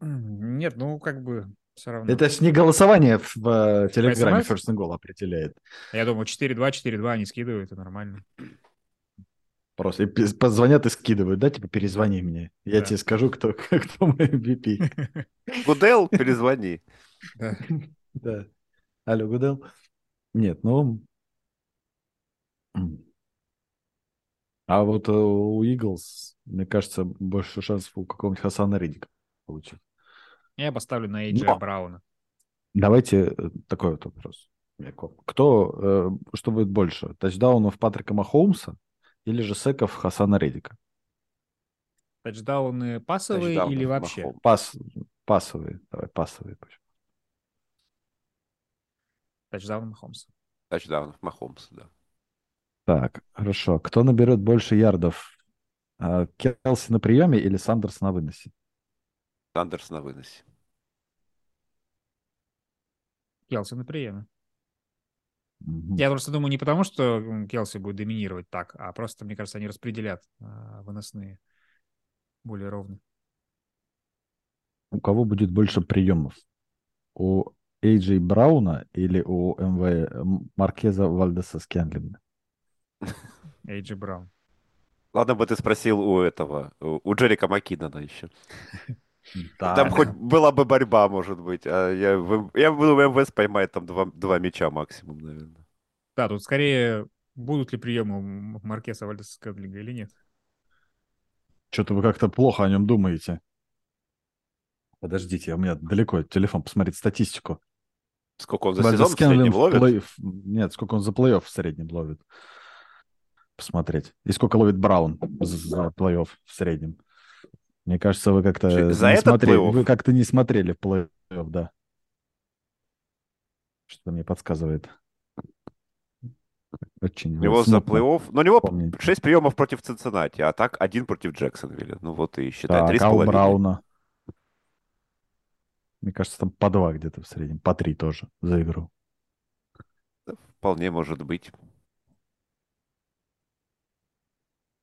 М, Нет, ну как бы все равно.
Это ж не голосование в, э, Телеграме
SMS?
First and Goal определяет.
Я думал, 4-2, 4-2 они скидывают, и нормально.
Просто и пи- позвонят и скидывают, да, типа перезвони мне. Я
Да.
тебе скажу, кто, кто мой MVP.
Гудел, перезвони.
Да. Алло, Гудел? Нет, ну... м. А вот э, у Иглс, мне кажется, больше шансов у какого-нибудь Хасана Ридика получить.
Я поставлю на Эйджа
Но.
Брауна.
Давайте э, такой вот вопрос. Яков. Кто, э, что будет больше, тачдаунов Патрика Махоумса или же секов Хасана Редика?
Тачдауны пасовые
Тачдаунов
или вообще?
Махом.
Пас, пасовые, давай, пасовые. пусть.
Тачдаун Махомса.
Тачдаунов Махомс, да.
Так, хорошо. Кто наберет больше ярдов? А, Келси на приеме или Сандерс на выносе?
Сандерс на выносе.
Келси на приеме.
Мгм.
Я просто думаю, не потому, что м, Келси будет доминировать так, а просто, мне кажется, они распределят а, выносные более ровно.
У кого будет больше приемов? У Эйджей Брауна или у МВ М- Маркеза Вальдеса Скенлина?
Эйджи Браун.
Ладно бы ты спросил у этого, у у Джерика Маккинона еще.
А.
Там хоть была бы борьба, может быть. а я, в- я думаю, МВС поймает там два, два мяча максимум, наверное.
Да, тут скорее будут ли приемы у М- Маркеса Вальдеса Скадлинга или нет.
Что-то вы как-то плохо о нем думаете. Подождите, у меня далеко телефон посмотреть статистику.
Сколько он за
Вальдес
сезон в среднем
Скэнлин в
ловит?
плей- в- Нет, сколько он за плей-офф в среднем ловит. Посмотреть. И сколько ловит Браун за- за плей-офф в среднем. Мне кажется, вы как-то
Че, за
не
этот
смотрели.
плей-офф?
Вы как-то не смотрели плей-офф, да. Что-то мне подсказывает. Очень
У него за
смутно
плей-офф... Но у него
помню.
6 приемов против Цинциннати, а так один против Джексонвилля. Ну вот и считай, три
Так, а
с
у
половиной.
Брауна? Мне кажется, там по два где-то в среднем, по три тоже за игру.
Вполне может быть.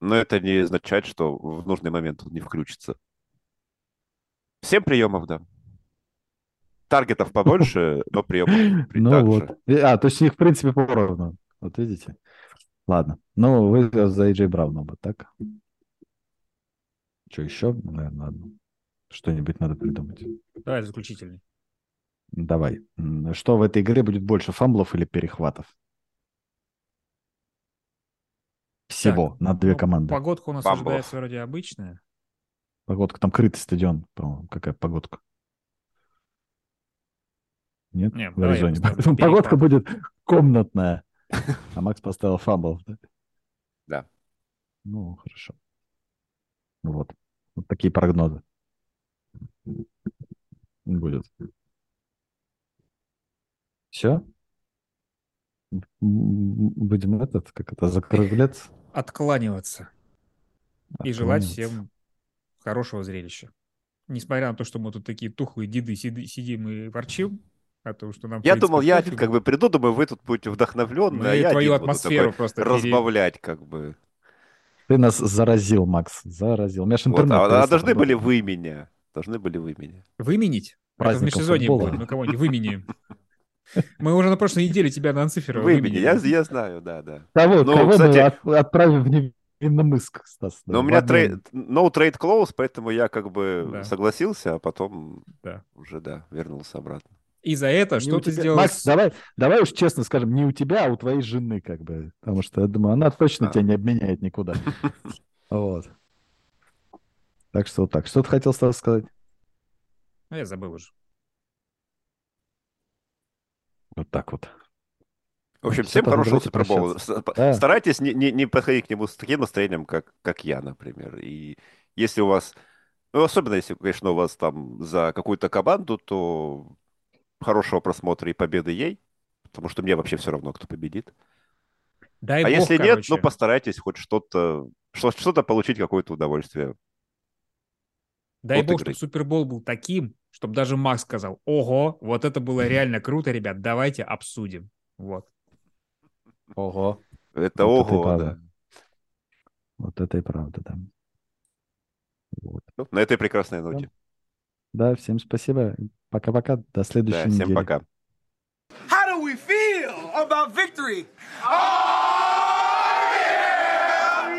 Но это не означает, что в нужный момент он не включится. Семь приемов, да. Таргетов побольше, но приемов при-
Ну
также.
вот. И- А, то есть их, в принципе, поровну. Вот видите? Ладно. Ну, вы за Эйджей Брауна бы, так? Что еще? Наверное, надо. Что-нибудь надо придумать.
Давай заключительный.
Давай. М, Что в этой игре будет больше, фамблов или перехватов? Всего на две
Ну,
команды.
Погодка у нас
Бамблов.
ожидается вроде обычная.
Погодка, там крытый стадион, по-моему. Какая погодка? Нет,
Не,
в
давай я
Аризоне.
поставлю
Поэтому
перехват.
погодка будет комнатная. А Макс поставил фамбл, да?
Да.
Ну, хорошо. Вот. Вот такие прогнозы. Будет. Все? Будем этот, как это, закругляться?
Откланиваться. И желать
Откланиваться.
всем хорошего зрелища. Несмотря на то, что мы тут такие тухлые деды сиды- сидим и ворчим, о том, что нам... в
Я
принципе,
думал, я
пофигу,
один как бы приду, думаю, вы тут будете вдохновленны,
мы
а я
твою
один буду
атмосферу
такой
просто... пере-
разбавлять как бы.
Ты нас заразил, Макс, заразил. У меня ж
Вот,
интернет
а- а
перестал
должны
работать.
были вы меня. Должны были вы меня.
Выменить? Это в
Праздником
межсезонье
футбола.
будет, мы кого-нибудь выменяем. Мы уже на прошлой неделе тебя на Анцифера
Вы меня, я,
выменяли.
я знаю, да, да.
Кого,
Ну,
кого
кстати-
мы от- отправим в невинном иск, Стас?
Но у
в
меня
обмен?
трейд, no trade clause, поэтому я как бы
Да.
согласился, а потом
Да.
уже, да, вернулся обратно.
И за это,
Не
что
у
ты
тебя-
сделал...
Макс,
с-
давай, давай уж честно скажем, не у тебя, а у твоей жены, как бы. Потому что, я думаю, она точно
А.
тебя не обменяет никуда. Вот. Так что вот так. Что ты хотел, Стас, сказать?
А, Я забыл уже.
Вот так вот.
В общем,
Всё,
всем хорошего
давайте
супербола.
прощаться.
С- по-
Да.
Старайтесь не, не, не подходить к нему с таким настроением, как, как я, например. И если у вас, ну, особенно если, конечно, у вас там за какую-то команду, то хорошего просмотра и победы ей, потому что мне вообще все равно, кто победит.
Дай
а
бог,
если нет,
короче.
ну постарайтесь хоть что-то, что- что-то получить, какое-то удовольствие.
Дай
от
бог,
игры.
чтобы Супербол был таким, чтобы даже Макс сказал, ого, вот это было реально круто, ребят, давайте обсудим. Вот.
Ого.
Это
Вот это и
ого,
правда.
да.
Вот это и правда, да. Вот.
Ну, на этой прекрасной ноте.
Да, всем спасибо. Пока-пока. До следующей
Да, всем
недели.
пока.
How do we feel about victory? Oh!